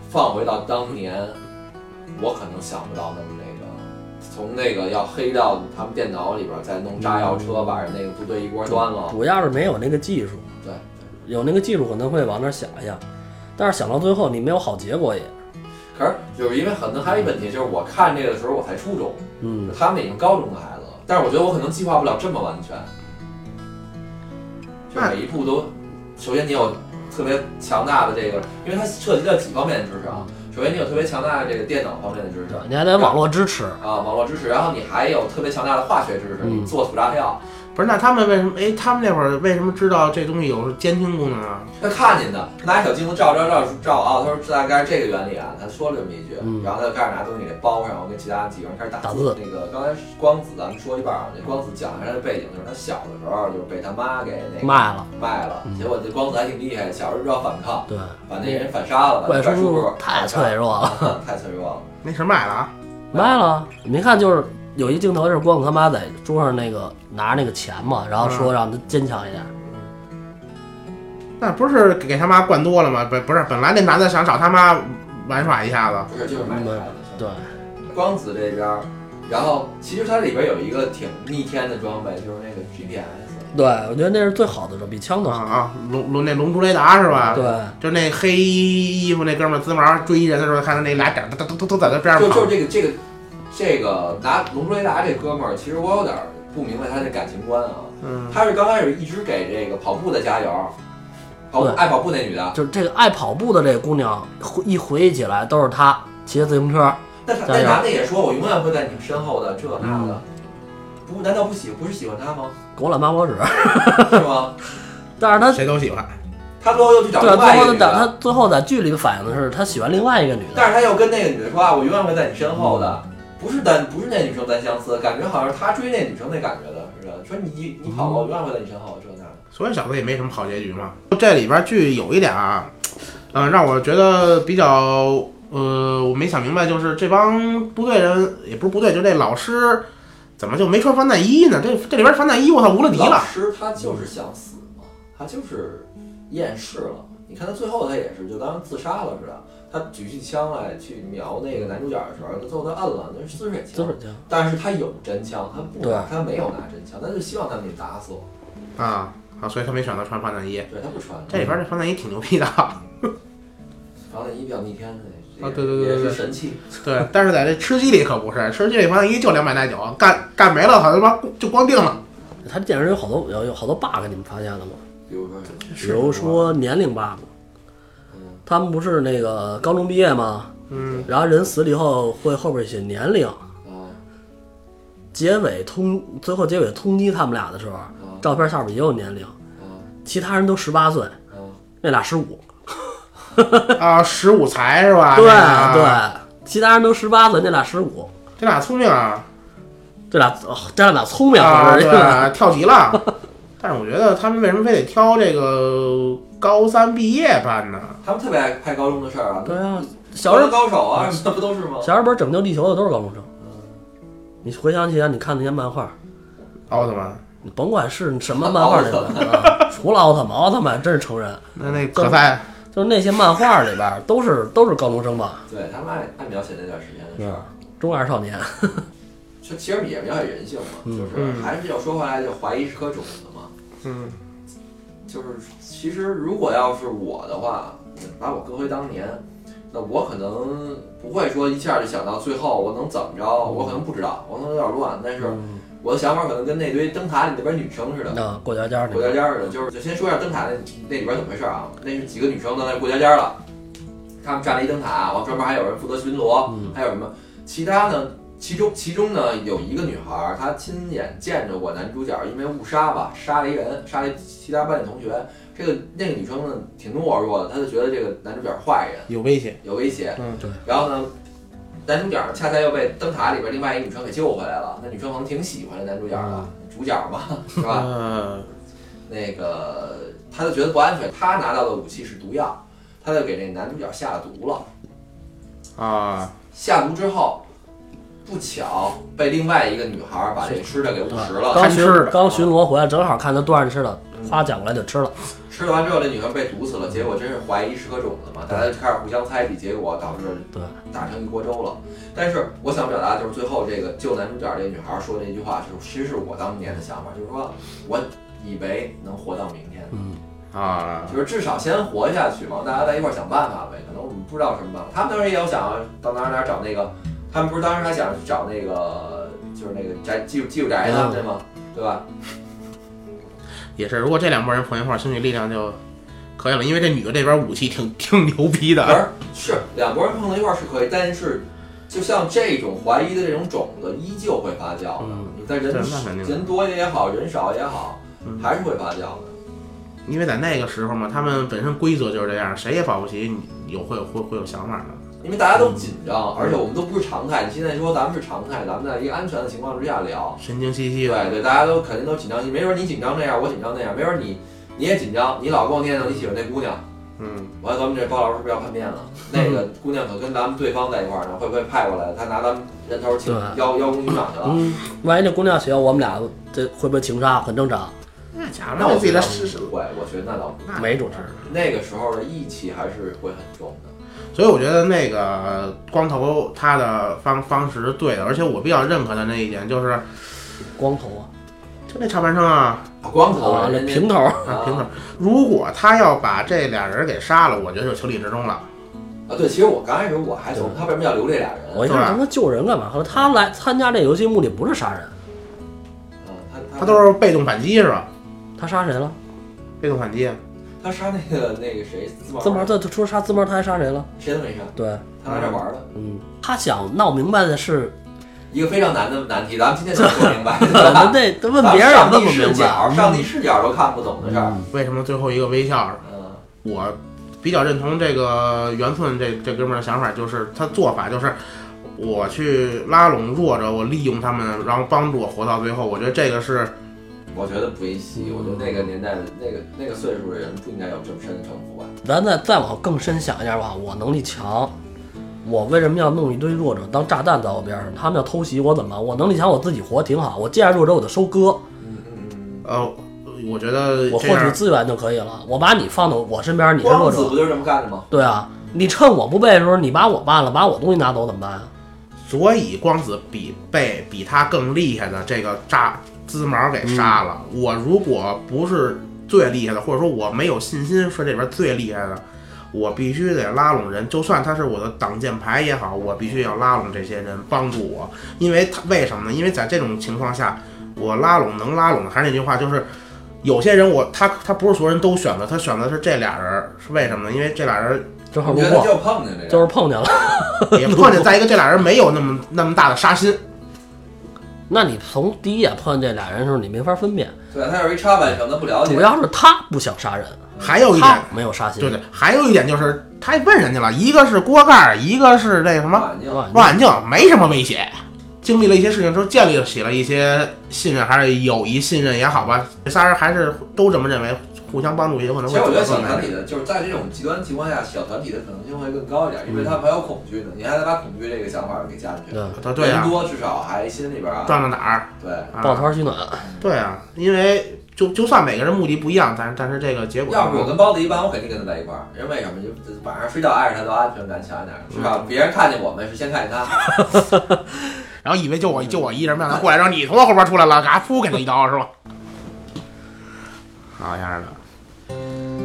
Speaker 4: 放回到当年，我可能想不到那么那个。从那个要黑到他们电脑里边儿，再弄炸药
Speaker 1: 嗯
Speaker 4: 车，把人那个部队一锅端了。
Speaker 1: 主要是没有那个技术，
Speaker 4: 对，
Speaker 1: 有那个技术可能会往那儿想一想，但是想到最后你没有好结果也，
Speaker 4: 可是就是因为可能还有一问题，就是我看这个的时候我才初中，
Speaker 1: 嗯，
Speaker 4: 他们已经高中的孩子了，但是我觉得我可能计划不了这么完全，就每一步都，首先你有特别强大的这个，因为它涉及到几方面的知识啊，首先你有特别强大的这个电脑方面的知识。
Speaker 1: 你还得网络支持，
Speaker 4: 啊，网络知识，然后你还有特别强大的化学知识，
Speaker 1: 嗯
Speaker 4: 你做土炸跳，
Speaker 3: 不是，那他们为什么？哎，他们那会儿为什么知道这东西有监听功能啊？
Speaker 4: 他看见的，拿一小镜子照照照照啊，他说大概是这个原理啊，他说了这么一句，
Speaker 1: 嗯
Speaker 4: 然后他就开始拿东西给包上，我跟其他几个人开始打
Speaker 1: 打
Speaker 4: 字
Speaker 1: 字。
Speaker 4: 那个刚才光子咱们说一半啊，那光子讲一下他的背景，就是他小的时候就是被他妈给那个
Speaker 1: 卖了，
Speaker 4: 卖了，
Speaker 1: 嗯
Speaker 4: 结果这光子还挺厉害，小时候知道反抗，
Speaker 1: 对，
Speaker 4: 把那人反杀了，把
Speaker 1: 怪
Speaker 4: 那
Speaker 1: 叔
Speaker 4: 怪叔
Speaker 1: 叔
Speaker 4: 叔
Speaker 1: 太脆弱了。
Speaker 4: 了， *laughs* 太脆弱了。
Speaker 3: 那是卖了啊！
Speaker 1: 卖了，你没看就是有一镜头就是光子他妈在桌上那个拿着那个钱嘛，然后说让他坚强一点，
Speaker 3: 那不是给他妈灌多了吗？不，不是，本来那男的想找他妈玩耍一下子，
Speaker 4: 不是，就是买
Speaker 1: 嗯
Speaker 4: 的孩子。
Speaker 1: 对，
Speaker 4: 光子这边儿，然后其实它里边有一个挺逆天的装备，就是那个 GPS。
Speaker 1: 对，我觉得那是最好的时候，比枪都
Speaker 3: 啊
Speaker 1: 好。
Speaker 3: 啊，龙龙那龙珠雷达是吧？
Speaker 1: 对，
Speaker 3: 就那黑衣服那哥们儿滋毛追人的时候，看到那俩点儿都都都都在他边
Speaker 4: 就
Speaker 3: 上跑。
Speaker 4: 就是这个这个这个拿龙珠雷达这哥们儿，其实我有点儿不明白他的感情观啊。
Speaker 3: 嗯，
Speaker 4: 他是刚开始一直给这个跑步的加油，跑步
Speaker 1: 对
Speaker 4: 爱跑步那女的，
Speaker 1: 就是这个爱跑步的这个姑娘，回一回忆起来都是她骑着自行车，
Speaker 4: 但他
Speaker 1: 加
Speaker 4: 那
Speaker 1: 油嗯
Speaker 4: 男的也说我永远会在你们身后的，这那的。不，难道不喜不是喜欢他吗？ *laughs*
Speaker 1: 狗揽八宝屎。
Speaker 4: 是吗？
Speaker 1: 但是她
Speaker 3: 谁都喜欢。
Speaker 4: 他最后又去找
Speaker 1: 对啊
Speaker 4: 另外
Speaker 1: 最
Speaker 4: 一个
Speaker 1: 后
Speaker 4: 女
Speaker 1: 在她
Speaker 4: 的，
Speaker 1: 最后在剧里反映的是她喜欢另外一个女的，
Speaker 4: 但是他又跟那个女的说啊，我永远会在你身后的，
Speaker 1: 嗯
Speaker 4: 不是单不是那女生单相思，感觉好像是他追那女生那感觉的似的，说你你
Speaker 1: 嗯
Speaker 4: 跑吧，我永远会在你身后，这那的。
Speaker 3: 所以小子也没什么好结局嘛。这里边剧有一点啊，嗯、让我觉得比较呃，我没想明白，就是这帮部队人也不是部队，就这老师怎么就没穿防弹衣呢？这这里边防弹衣我操无了敌
Speaker 4: 老
Speaker 3: 了。
Speaker 4: 师他就是想死嘛，他就是厌世了。你看他最后他也是就当自杀了似的，他举起枪来去瞄那个男主角的时候，他最后他摁了，那是滋水
Speaker 1: 滋
Speaker 4: 枪
Speaker 1: 水，枪。
Speaker 4: 但是他有真枪，他不
Speaker 1: 对
Speaker 4: 拿，他没有拿真枪，他就希望他们给打死我。
Speaker 3: 啊啊，所以他没选择穿防弹衣。
Speaker 4: 对他不穿，
Speaker 3: 这里边这防弹衣挺牛
Speaker 1: *laughs*
Speaker 3: 逼的啊，
Speaker 4: 防弹衣比较逆天的，也
Speaker 3: 啊对对对对
Speaker 4: 也
Speaker 3: 对
Speaker 4: 是神器。
Speaker 3: 对，但是在这吃鸡里可不是，吃鸡里防弹衣就两百耐久，干干没了好像他妈就光腚了。
Speaker 1: 她这电影有好多有有好多 bug，你们发现了吗？
Speaker 4: 比如说什么？
Speaker 1: 比如说年龄 bug，
Speaker 4: 嗯，
Speaker 1: 他们不是那个高中毕业吗？
Speaker 3: 嗯，
Speaker 1: 然后人死了以后会后边写年龄，
Speaker 4: 啊
Speaker 1: 结尾通最后结尾通缉他们俩的时候，
Speaker 3: 哦
Speaker 4: 啊
Speaker 1: 照片下边也有年龄，
Speaker 4: 啊
Speaker 1: 其他人都十八岁，
Speaker 4: 啊！
Speaker 3: 哦
Speaker 1: 那俩十五。
Speaker 3: 啊，十五才是吧？
Speaker 1: 对
Speaker 3: 那个，
Speaker 1: 对，其他人都十八岁，那俩十五。
Speaker 3: 这俩聪明啊。
Speaker 1: 这俩哦这俩聪明
Speaker 3: 啊，
Speaker 1: 合 *laughs*
Speaker 3: 对
Speaker 1: 着，
Speaker 3: 吧，跳级了。但是我觉得他们为什么非得挑这个高三毕业班呢？
Speaker 4: 他们特别爱拍高中的事儿啊，
Speaker 1: 对啊，小
Speaker 4: 高
Speaker 1: 日
Speaker 4: 中高手啊，
Speaker 3: 嗯
Speaker 4: 什么不都是吗？
Speaker 1: 小日本拯救地球的都是高中生。你回想起来，你看那些漫画，
Speaker 3: 奥特曼，
Speaker 1: 你甭管是
Speaker 4: *laughs*
Speaker 1: 什么漫画里边啊，除了奥特曼，奥特曼真是成人，
Speaker 3: 那那可赛
Speaker 1: 就是那些漫画里边都是都是高中生吧，
Speaker 4: 对他们爱爱描写那段时间的事儿，
Speaker 1: 中二少年。
Speaker 4: 就其实也描写人性嘛，就是
Speaker 3: 嗯
Speaker 4: 还是要说回来，就怀疑是颗种子嘛。
Speaker 3: 嗯
Speaker 4: 就是其实如果要是我的话，把我搁回当年，那我可能不会说一下就想到最后我能怎么着，我可能不知道，我可能有点乱，但是我的想法可能跟那堆灯塔里那边女生似的。
Speaker 1: 那啊过家家那
Speaker 4: 过家
Speaker 1: 个，
Speaker 4: 家似的，就是就先说一下灯塔那那里边怎么回事啊？那是几个女生在那过家家了，她们站了一灯塔，完专门还有人负责巡逻，
Speaker 1: 嗯
Speaker 4: 还有什么？其他呢？其中其中呢有一个女孩儿，她亲眼见着过男主角因为误杀吧，杀了一人，杀了其他班里同学。这个那个女生呢挺懦弱的，她就觉得这个男主角是坏人，
Speaker 3: 有威胁，
Speaker 4: 有威胁。
Speaker 3: 嗯
Speaker 1: 对。
Speaker 4: 然后呢，男主角恰恰又被灯塔里边另外一个女生给救回来了。那女生可能挺喜欢这男主角的，
Speaker 1: 嗯
Speaker 4: 主角嘛，是吧？
Speaker 3: 嗯
Speaker 4: 那个他就觉得不安全，他拿到的武器是毒药，他就给那男主角下了毒了。
Speaker 3: 啊，
Speaker 4: 下毒之后，不巧被另外一个女孩把这吃的给误食了。
Speaker 1: 刚
Speaker 3: 还吃
Speaker 1: 巡
Speaker 3: 的
Speaker 1: 刚巡逻回来，正好看他端着吃的，夸捡过来就吃了。
Speaker 4: 吃了完之后，这女孩被毒死了。结果真是怀疑是颗种子嘛，大家就开始互相猜忌，结果导致
Speaker 1: 对，
Speaker 4: 打成一锅粥了。但是我想表达的就是最后这个救男主角这女孩说的一句话，就是其实是我当年的想法，就是说我以为能活到明天。
Speaker 1: 嗯，
Speaker 3: 啊，
Speaker 4: 就是至少先活下去嘛，大家在一块儿想办法呗。可能我们不知道什么办法，他们当时也有想啊到哪儿哪儿找那个，他们不是当时还想去找那个，就是那个宅技术技术宅他们的吗？对吧？
Speaker 3: 也是，如果这两拨人碰一块儿，兄弟力量就可以了，因为这女的这边武器挺 *laughs* 挺牛逼
Speaker 4: 可
Speaker 3: 的，
Speaker 4: 是是两拨人碰到一块儿是可以，但是就像这种怀疑的这种种子依旧会发酵的。
Speaker 1: 嗯
Speaker 4: 你在人
Speaker 3: 对那肯定
Speaker 4: 人多也好，人少也好，
Speaker 3: 嗯
Speaker 4: 还是会发酵的。
Speaker 3: 因为在那个时候嘛，他们本身规则就是这样，谁也保不齐你有会有会会有想法的，
Speaker 4: 因为大家都紧张，而且我们都不是常态。你现在说咱们是常态，咱们在一个安全的情况之下聊，
Speaker 3: 神经兮兮的，
Speaker 4: 对对，大家都肯定都紧张，没准你紧张那样，我紧张那样，没准你你也紧张，你老跟我念叨你喜欢那姑娘，
Speaker 3: 嗯，
Speaker 4: 完了咱们这包老师是不是要叛变了？那个姑娘可跟咱们对方在一块儿呢，会不会派过来？她拿咱们人头请
Speaker 1: 对
Speaker 4: 邀邀功取赏去了？
Speaker 1: 嗯，万一那姑娘喜欢我们俩，这会不会情杀？很正常，
Speaker 3: 那家伙
Speaker 4: 那我
Speaker 3: 自己
Speaker 4: 觉
Speaker 3: 的
Speaker 4: 得
Speaker 3: 试试，
Speaker 4: 不会，我觉得那倒不
Speaker 3: 那
Speaker 1: 没准儿。
Speaker 4: 那个时候的义气还是会很重的。
Speaker 3: 所以我觉得那个光头他的方方式是对的，而且我比较认可他那一点就是，
Speaker 1: 光头啊，
Speaker 3: 就那长半生啊，
Speaker 4: 啊光头
Speaker 1: 啊，那
Speaker 4: 人家
Speaker 1: 平头，
Speaker 4: 啊
Speaker 3: 啊，平等。如果他要把这俩人给杀了，我觉得就情理之中了。
Speaker 4: 啊，对，其实我刚开始我还琢磨他为什么要留这俩人，
Speaker 1: 我一看他妈救人干嘛？后来他来参加这游戏目的不是杀人，
Speaker 4: 啊他
Speaker 3: 他都是被动反击是吧？
Speaker 1: 他杀谁了？
Speaker 3: 被动反击，
Speaker 4: 他杀那个那个谁自毛
Speaker 1: 自毛，他他除了杀自毛，他还杀谁了？
Speaker 4: 谁都没杀，
Speaker 1: 对，
Speaker 4: 他来这玩儿了。
Speaker 1: 嗯，他想闹明白的是，
Speaker 4: *laughs* 一个非常难的难题，咱们今天就说明白。
Speaker 1: 我们得得问别人
Speaker 4: 上
Speaker 1: 问
Speaker 4: 帝
Speaker 1: 不明
Speaker 4: 视
Speaker 1: 白。嗯
Speaker 4: 角，上帝视角都看不懂的事儿。
Speaker 3: 为什么最后一个微笑是吧？
Speaker 4: 嗯，
Speaker 3: 我比较认同这个圆寸这这哥们儿的想法，就是他做法就是。我去拉拢弱者，我利用他们，然后帮助我活到最后。我觉得这个是
Speaker 4: 我觉得不一稀，我觉得那个年代的那个那个岁数的人不应该有这么深的城府吧？
Speaker 1: 咱再再往更深想一下吧，我能力强，我为什么要弄一堆弱者当炸弹在我边上？他们要偷袭我怎么办？我能力强，我自己活挺好，我见着弱者我就收割，
Speaker 4: 嗯嗯
Speaker 3: 呃，我觉得
Speaker 1: 我
Speaker 3: 这
Speaker 1: 获取
Speaker 3: 样
Speaker 1: 资源就可以了。我把你放到嗯我身边，你是弱
Speaker 4: 光子不
Speaker 1: 者，
Speaker 4: 就是这么干的吗？
Speaker 1: 对啊，你趁我不备的时候，你把我办了，把我东西拿走怎么办啊？
Speaker 3: 所以光子比被比他更厉害的这个扎滋毛给杀了。我如果不是最厉害的，或者说我没有信心是这里边最厉害的，我必须得拉拢人，就算他是我的挡箭牌也好，我必须要拉拢这些人帮助我，因为他为什么呢？因为在这种情况下，我拉拢能拉拢的，还是那句话，就是。有些人我他他不是所有人都选择，他选择是这俩人儿，是为什么呢？因为这俩人
Speaker 1: 正好
Speaker 4: 我
Speaker 1: 路
Speaker 4: 觉得
Speaker 1: 过，
Speaker 4: 就碰见这个，
Speaker 1: 就是碰见了。
Speaker 3: 也碰见，再一个这俩人没有那么那么大的杀心，
Speaker 1: 那你从第一眼碰见这俩人的时候，你没法分辨，
Speaker 4: 对啊他有一插板什么的不了解
Speaker 1: 主，要是他不想杀人，
Speaker 3: 还有一点
Speaker 1: 他，没有杀心。
Speaker 3: 对对，还有一点就是，他也问人家了，一个是锅盖儿，一个是那什么
Speaker 4: 环境
Speaker 1: 是吧
Speaker 3: 望远镜，没什么威胁。经历了一些事情之后，建立了起了一些信任，还是友谊信任也好吧，这仨人还是都这么认为，互相帮助也有可能
Speaker 4: 其
Speaker 3: 会
Speaker 4: 实
Speaker 3: 走
Speaker 4: 我觉得
Speaker 3: 得
Speaker 4: 小
Speaker 3: 更
Speaker 4: 团
Speaker 3: 远。
Speaker 4: 体的，就是在这种极端情况下，小团体的可能性会更高一点，因为他还有恐惧呢，你还得把恐惧这个想法给加进去。
Speaker 1: 嗯，
Speaker 3: 啊对
Speaker 4: 人
Speaker 3: 啊，
Speaker 4: 多至少还心里边啊，
Speaker 3: 转到哪儿？
Speaker 4: 对，
Speaker 3: 啊
Speaker 1: 抱团取暖，
Speaker 3: 对啊，因为就就算每个人目的不一样，但是但是这个结果
Speaker 4: 要是我跟包子一般，我肯定跟他在一块儿，因为为什么？就晚上睡觉挨着他都安全感强一点，至
Speaker 1: 嗯
Speaker 4: 少别人看见我们是先看见他。
Speaker 3: 然后以为就我就我一人，没想到过来，然后你从我后边出来了，嘎噗给他一刀是吧？ *laughs* 好样的！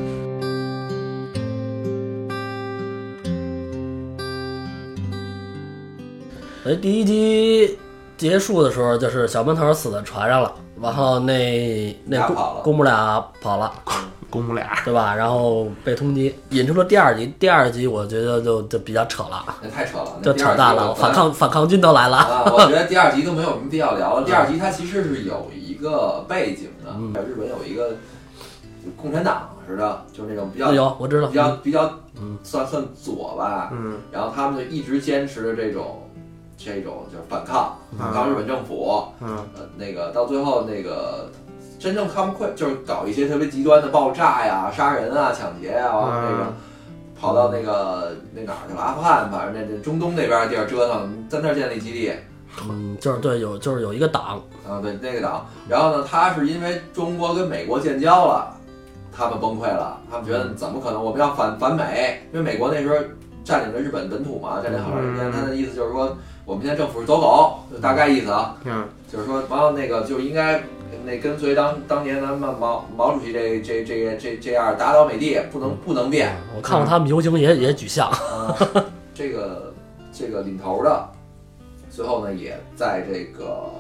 Speaker 1: 哎，第一集结束的时候，就是小闷头死在船上了，然后那那
Speaker 4: 俩
Speaker 1: 公
Speaker 4: 跑了
Speaker 1: 公母俩跑了，
Speaker 3: 公母俩，
Speaker 1: 对吧？然后被通缉，引出了第二集。第二集我觉得就就比较扯了，
Speaker 4: 那太扯了，那
Speaker 1: 就
Speaker 4: 第二
Speaker 1: 扯
Speaker 4: 集呃
Speaker 1: 淡
Speaker 4: 我
Speaker 1: 了，
Speaker 4: 本来
Speaker 1: 反抗反抗军都来了。
Speaker 4: 啊，我觉得第二集都没有什么必要聊了。第二集它其实是有一个背景的，
Speaker 1: 嗯
Speaker 4: 日本有一个共产党似的，就是那种比较
Speaker 1: 那有哎我知道
Speaker 4: 比，较比较
Speaker 1: 嗯
Speaker 4: 算算左吧，
Speaker 3: 嗯，
Speaker 4: 然后他们就一直坚持着这种这种就是反抗，
Speaker 1: 嗯
Speaker 4: 反抗日本政府，
Speaker 3: 嗯，
Speaker 4: 呃，那个到最后那个真正他们会就是搞一些特别极端的爆炸呀、杀人啊、抢劫呀，往那个
Speaker 3: 嗯
Speaker 4: 跑到那个那哪儿去了？阿富汗，反正那那中东那边地儿折腾，在那儿建立基地。
Speaker 1: 嗯，就是对有就是有一个党，
Speaker 4: 啊，对那个党。然后呢，他是因为中国跟美国建交了，他们崩溃了，他们觉得怎么可能我们要反反美？因为美国那时候占领了日本本土嘛，占领好长时
Speaker 3: 嗯
Speaker 4: 间。他的意思就是说，我们现在政府是走狗，就大概意思啊，
Speaker 3: 嗯
Speaker 4: 就是说，完了那个就应该。那跟随当当年咱们毛毛主席这这这这这样打倒美帝，不能不能
Speaker 1: *laughs*
Speaker 4: 变。
Speaker 1: 嗯我看过他们游行也也举象，
Speaker 4: 啊，这个这个领头的，最后呢也在这个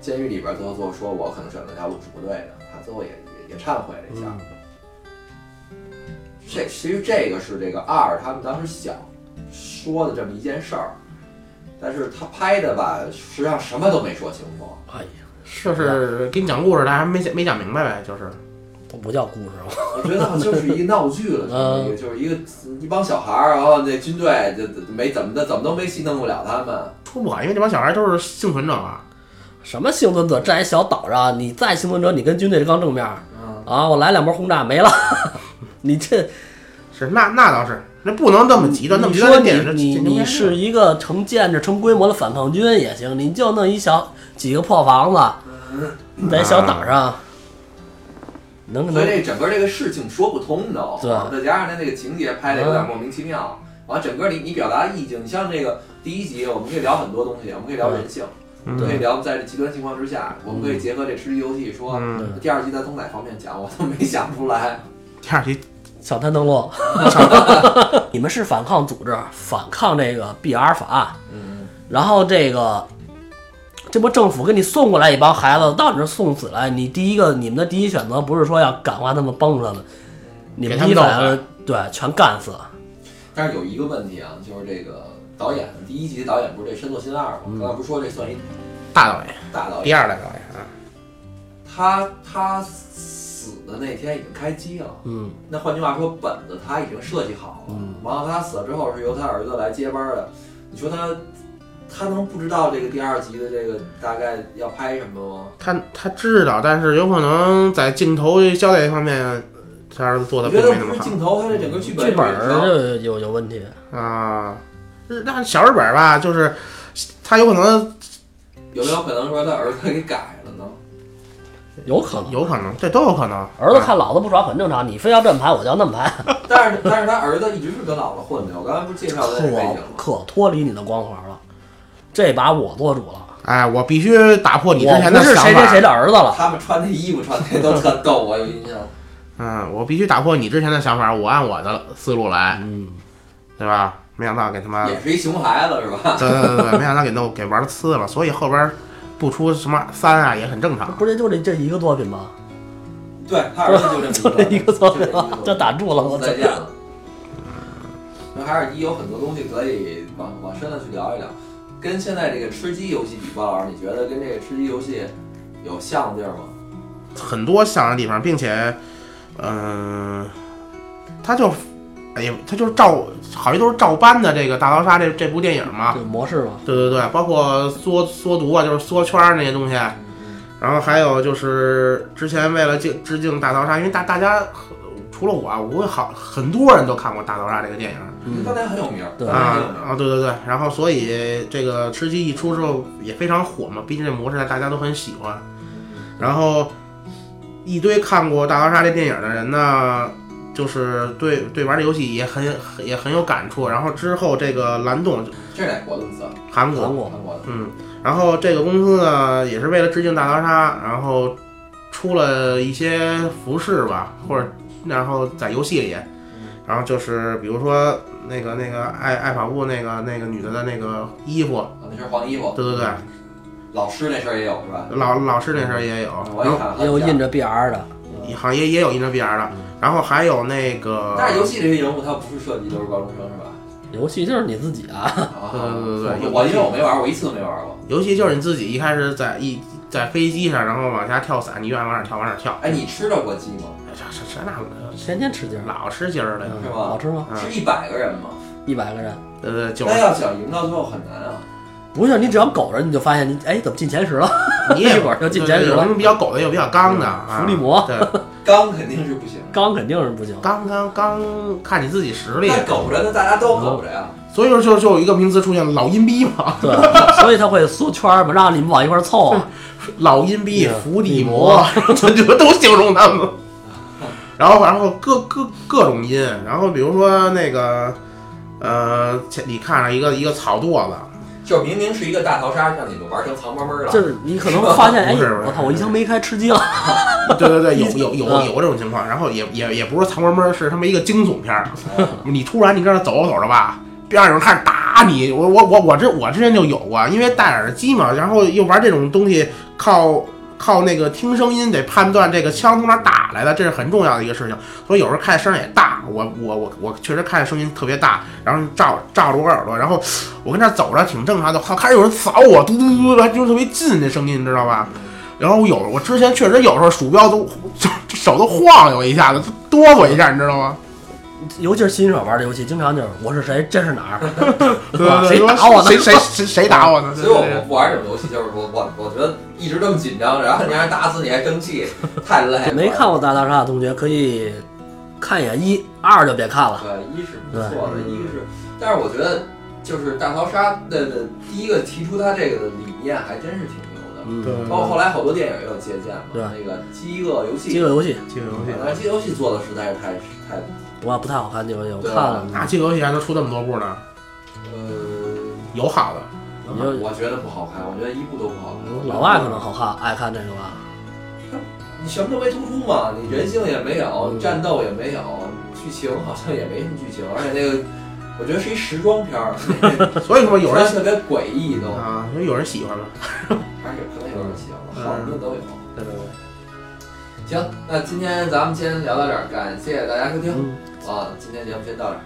Speaker 4: 监狱里边，最后做说我可能选择那条路是不对的，他最后也也也忏悔了一下。这其实这个是这个二他们当时想说的这么一件事儿，但是他拍的吧，实际上什么都没说清楚。
Speaker 1: 哎呀，
Speaker 3: 就是给你讲故事，但还没讲没讲明白呗，就是
Speaker 1: 它不叫故事了，
Speaker 4: *laughs* 我觉得好像就是一个闹剧了，
Speaker 3: 嗯
Speaker 4: 就是一个就是一个一帮小孩儿，然后那军队就就没怎么的，怎么都没戏弄不了他们。
Speaker 3: 出不好，因为这帮小孩都是幸存者嘛。
Speaker 1: 什么幸存者在一小岛上，你再幸存者，你跟军队刚正面
Speaker 4: 嗯，
Speaker 1: 啊，我来两波轰炸没了， *laughs* 你这
Speaker 3: 是，那那倒是，那不能这么极端，那么
Speaker 1: 你
Speaker 3: 极端
Speaker 1: 说
Speaker 3: 的
Speaker 1: 你
Speaker 3: 点是
Speaker 1: 你你是一个成建制、成规模的反抗军也行，你就弄一小几个破房子，
Speaker 3: 嗯
Speaker 1: 在小岛上，能
Speaker 4: 所以
Speaker 1: 能
Speaker 4: 这整个这个事情说不通，你知道吗？再加上他那个情节拍的有
Speaker 3: 嗯
Speaker 4: 点莫名其妙，完整个你你表达意境，你像这个第一集，我们可以聊很多东西，我们可以聊人性，
Speaker 3: 嗯
Speaker 4: 我们可以聊在这极端情况之下，我们可以结合这吃鸡游戏说。
Speaker 3: 嗯，
Speaker 4: 第二集在从哪方面讲，我都没想出来。
Speaker 3: 第二题
Speaker 1: 小滩
Speaker 3: *laughs*
Speaker 1: 登陆，你们是反抗组织，反抗这个 BR 法案，
Speaker 4: 嗯，
Speaker 1: 然后这个这不政府给你送过来一帮孩子到你这儿送死来，你第一个你们的第一选择不是说要感化他们、帮助他们，你
Speaker 3: 给
Speaker 1: 们
Speaker 3: 他
Speaker 1: 第
Speaker 3: 们
Speaker 1: 一
Speaker 3: 弄
Speaker 1: 反
Speaker 3: 死
Speaker 1: 应对全干死，
Speaker 4: 但是有一个问题啊，就是这个导演，第一集的导演不是这深作新二吗？刚才不是说这算一
Speaker 3: 大导演，
Speaker 4: 大导
Speaker 3: 嗯第
Speaker 4: 演，
Speaker 3: 二代导演啊，
Speaker 4: 他他死的那天已经开机了。
Speaker 1: 嗯
Speaker 4: 那换句话说，本子他已经设计好了
Speaker 1: 嗯，
Speaker 4: 完了他死了之后是由他儿子来接班儿的。你说他，他能不知道这个第二集的这个大概要拍什么吗？
Speaker 3: 他他知道，但是有可能在镜头交代这方面，他儿子做的
Speaker 4: 我
Speaker 3: 不
Speaker 4: 觉
Speaker 3: 没
Speaker 4: 得
Speaker 3: 那
Speaker 4: 不
Speaker 3: 么
Speaker 4: 是
Speaker 3: 好
Speaker 4: 镜头，他这整个剧本
Speaker 1: 剧本儿
Speaker 4: 也不行
Speaker 1: 就有有问题，
Speaker 3: 啊。日那小日本吧，就是他有可能，
Speaker 4: 有没有可能说他儿子给改了呢？
Speaker 1: 有可能。
Speaker 3: 有可能，这都有可能。
Speaker 1: 儿子
Speaker 3: 啊
Speaker 1: 看老子不爽很正常，你非要这么排，我就要那么排。
Speaker 4: 但是但是他儿子一直是跟姥姥混的，我刚才不是介绍的
Speaker 1: 可
Speaker 4: 那背景吗？
Speaker 1: 可脱离你的光环了，这把我做主了，
Speaker 3: 哎，我必须打破你之
Speaker 1: 我
Speaker 3: 前
Speaker 1: 不
Speaker 3: 的
Speaker 1: 是
Speaker 3: 想
Speaker 1: 谁谁谁
Speaker 3: 法。
Speaker 1: 的儿子了。
Speaker 4: 他们穿那衣服穿的都特逗，我有印象。
Speaker 3: 嗯，我必须打破你之前的想法，我按我的思路来，
Speaker 1: 嗯，
Speaker 3: 对吧？没想到给他
Speaker 1: 啊
Speaker 3: 妈，对
Speaker 4: 也是一熊孩子是
Speaker 3: *laughs*
Speaker 4: 吧？
Speaker 3: 对对对，没想到给弄给玩呲了，所以后边不出什么三啊也很正常。
Speaker 1: 不是就这这一个作品吗？
Speaker 4: 对他儿子就这
Speaker 1: 就
Speaker 4: 么
Speaker 1: 这 *laughs* 一个作品
Speaker 4: 就这一个
Speaker 1: 吗，就打住了，我操
Speaker 4: 再！见了。那还是你有很多东西可以往往深了去聊一聊，跟现在这个吃鸡游戏比，鲍老师，你觉得跟这个吃鸡游戏有像的地儿
Speaker 3: 嗯
Speaker 4: 吗？
Speaker 3: 很多像的地方，并且，嗯、他就，哎呀，他就是照，好像都是照搬的这个《大逃杀这》这部电影嘛
Speaker 1: 这。模式嘛，
Speaker 3: 对对对，包括缩缩毒啊，就是缩圈儿那些东西，然然后还有就是之前为了敬致敬大逃杀，因为大大家除了我啊，我好很多人都看过大逃杀这个电影，
Speaker 4: 因为当年很有名，
Speaker 1: 对
Speaker 4: 当年很有
Speaker 3: 啊
Speaker 4: 名。
Speaker 3: 啊，对对对，然后所以这个吃鸡一出之后也非常火嘛，毕竟这模式大家都很喜欢。然后一堆看过《大逃杀》这电影的人呢，就是对对玩这游戏也很也很有感触。然后之后这个蓝洞
Speaker 4: 这是哪国的公司啊？
Speaker 3: 韩国
Speaker 1: 韩国
Speaker 4: 韩国的。
Speaker 3: 嗯，然后这个公司呢，也是为了致敬大逃杀，然后出了一些服饰吧，或者然后在游戏里，然后就是比如说那个那个爱爱跑步那个那个女的的那个衣服，
Speaker 4: 啊，那身黄衣服，
Speaker 3: 对对对，
Speaker 4: 老师那身儿也有是吧？
Speaker 3: 老老师那身也有，
Speaker 4: 嗯我
Speaker 3: 然后
Speaker 4: 也看了，
Speaker 1: 也有印着 BR 的，
Speaker 3: 好像也也有印着 VR 的，然后还有那个，
Speaker 4: 嗯但是游戏这些人物他不是设计都是高中生是吧？
Speaker 3: *laughs*
Speaker 1: 游戏就是你自己啊，
Speaker 4: 啊，
Speaker 3: 对对对对
Speaker 4: 我因为我没玩，我一次都没玩过。
Speaker 3: 尤其就是你自己一开始在一在飞机上，然后往下跳伞，你愿意往哪儿跳往哪儿跳，
Speaker 4: 哎，你吃到过鸡吗？
Speaker 3: 这这这那
Speaker 1: 天天吃鸡儿，
Speaker 3: 老吃鸡儿的，
Speaker 1: 嗯
Speaker 4: 是吗
Speaker 1: 好吃吗？
Speaker 3: 嗯
Speaker 4: 是一百个人吗？
Speaker 1: 一百个人，
Speaker 3: 对对九
Speaker 4: 那要想赢到最后很难啊。
Speaker 1: 不是你只要苟着，你就发现你哎怎么进前十了？
Speaker 3: *laughs* 你也
Speaker 1: 一会儿就进前十
Speaker 3: 有
Speaker 1: 了
Speaker 3: 什么比较狗的，有比较刚的，啊
Speaker 1: 伏地魔
Speaker 3: 对，
Speaker 4: 刚肯定是不行，
Speaker 1: 刚肯定是不行，
Speaker 3: 刚刚刚看你自己实力。
Speaker 4: 那苟着呢，大家都苟着呀。
Speaker 3: 所以说就就有一个名词出现，老阴逼嘛，
Speaker 1: 对，所以他会缩圈儿嘛，让你们往一块儿凑啊。
Speaker 3: 老阴逼、
Speaker 1: 嗯
Speaker 3: 伏地魔，这 *laughs* 就都形容他们。然后然后各各各种音，然后比如说那个，呃，前你看上一个一个草垛子，
Speaker 4: 就是明明是一个大逃杀，让你们玩成藏猫猫了。
Speaker 1: 就是你可能
Speaker 3: *laughs*
Speaker 1: 发现，哎，
Speaker 3: 不是不是
Speaker 1: 我操，我一枪没开吃鸡了。
Speaker 3: 对对对，有有有有这种情况，然后也也也不是藏猫猫，是他妈一个惊悚片儿。 *laughs* 你突然你跟那走着走着吧，边上有人开始打你，我我我我之我之前就有过，因为戴耳机嘛，然后又玩这种东西，靠靠那个听声音得判断这个枪从哪儿打来的，这是很重要的一个事情。所以有时候看声儿也大，我我我我确实看声音特别大，然后照照着我耳朵，然后我跟那儿走着挺正常的，靠，开始有人扫我，嘟嘟嘟，还就是特别近那声音，你知道吧？然后有我之前确实有时候鼠标都 *laughs* 就就手都晃悠一下子，哆嗦一下，你知道吗？
Speaker 1: 尤其是新手玩的游戏，经常就是我是谁，这是
Speaker 3: *laughs*
Speaker 1: 哪儿，
Speaker 3: 对对对，
Speaker 1: 谁打我呢
Speaker 3: 谁谁谁谁打我呢？对
Speaker 4: 所以我
Speaker 3: 对对
Speaker 4: 我不玩这种游戏，就是说我我觉得一直这么紧张，然后人家打死你还生气，太累了。
Speaker 1: *laughs* 没看过大逃杀的同学可以看一眼一，二就别看了。
Speaker 4: 对，一是不错的，
Speaker 3: 对
Speaker 4: 一个是，但是我觉得就是大逃杀的的第一个提出他这个的理念还真是挺牛的，
Speaker 1: 嗯，
Speaker 4: 包括后来好多电影也有借鉴嘛，
Speaker 1: 对
Speaker 4: 那个《饥饿游
Speaker 1: 饥
Speaker 4: 戏》
Speaker 1: 饿，游戏
Speaker 3: 饥饿游
Speaker 4: 那《饥饿游戏》做的实在是太太
Speaker 1: 我不太好看，这个游戏
Speaker 4: 对啊
Speaker 1: 我看了，
Speaker 3: 那饥饿游戏还能出这么多部呢？
Speaker 4: 呃，
Speaker 3: 有好的，
Speaker 1: 你就
Speaker 4: 我觉得不好看，我觉得一部都不好看。
Speaker 1: 老外可能好看，爱看这个吧。
Speaker 4: 你什么都没突出嘛，你人性也没有，
Speaker 1: 嗯
Speaker 4: 你战斗也没有，剧情好像也没什么剧情，而且那个我觉得是一时装片儿，
Speaker 3: *laughs* 所以说有人
Speaker 4: 特别诡异都，
Speaker 3: 啊，因为有人喜欢嘛。
Speaker 4: 还是可能有人喜欢，
Speaker 3: 嗯
Speaker 4: 好的都有。
Speaker 3: 对对对。
Speaker 4: 行，那今天咱们先聊到这儿，感谢大家收听
Speaker 1: 嗯，
Speaker 4: 啊！今天节目先到这儿，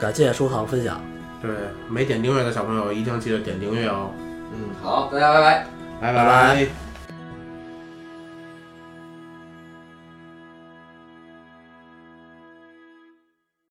Speaker 1: 感谢收藏分享，
Speaker 3: 对，没点订阅的小朋友一定记得点订阅哦，
Speaker 4: 嗯，好，大家拜拜。
Speaker 3: 拜
Speaker 1: 拜拜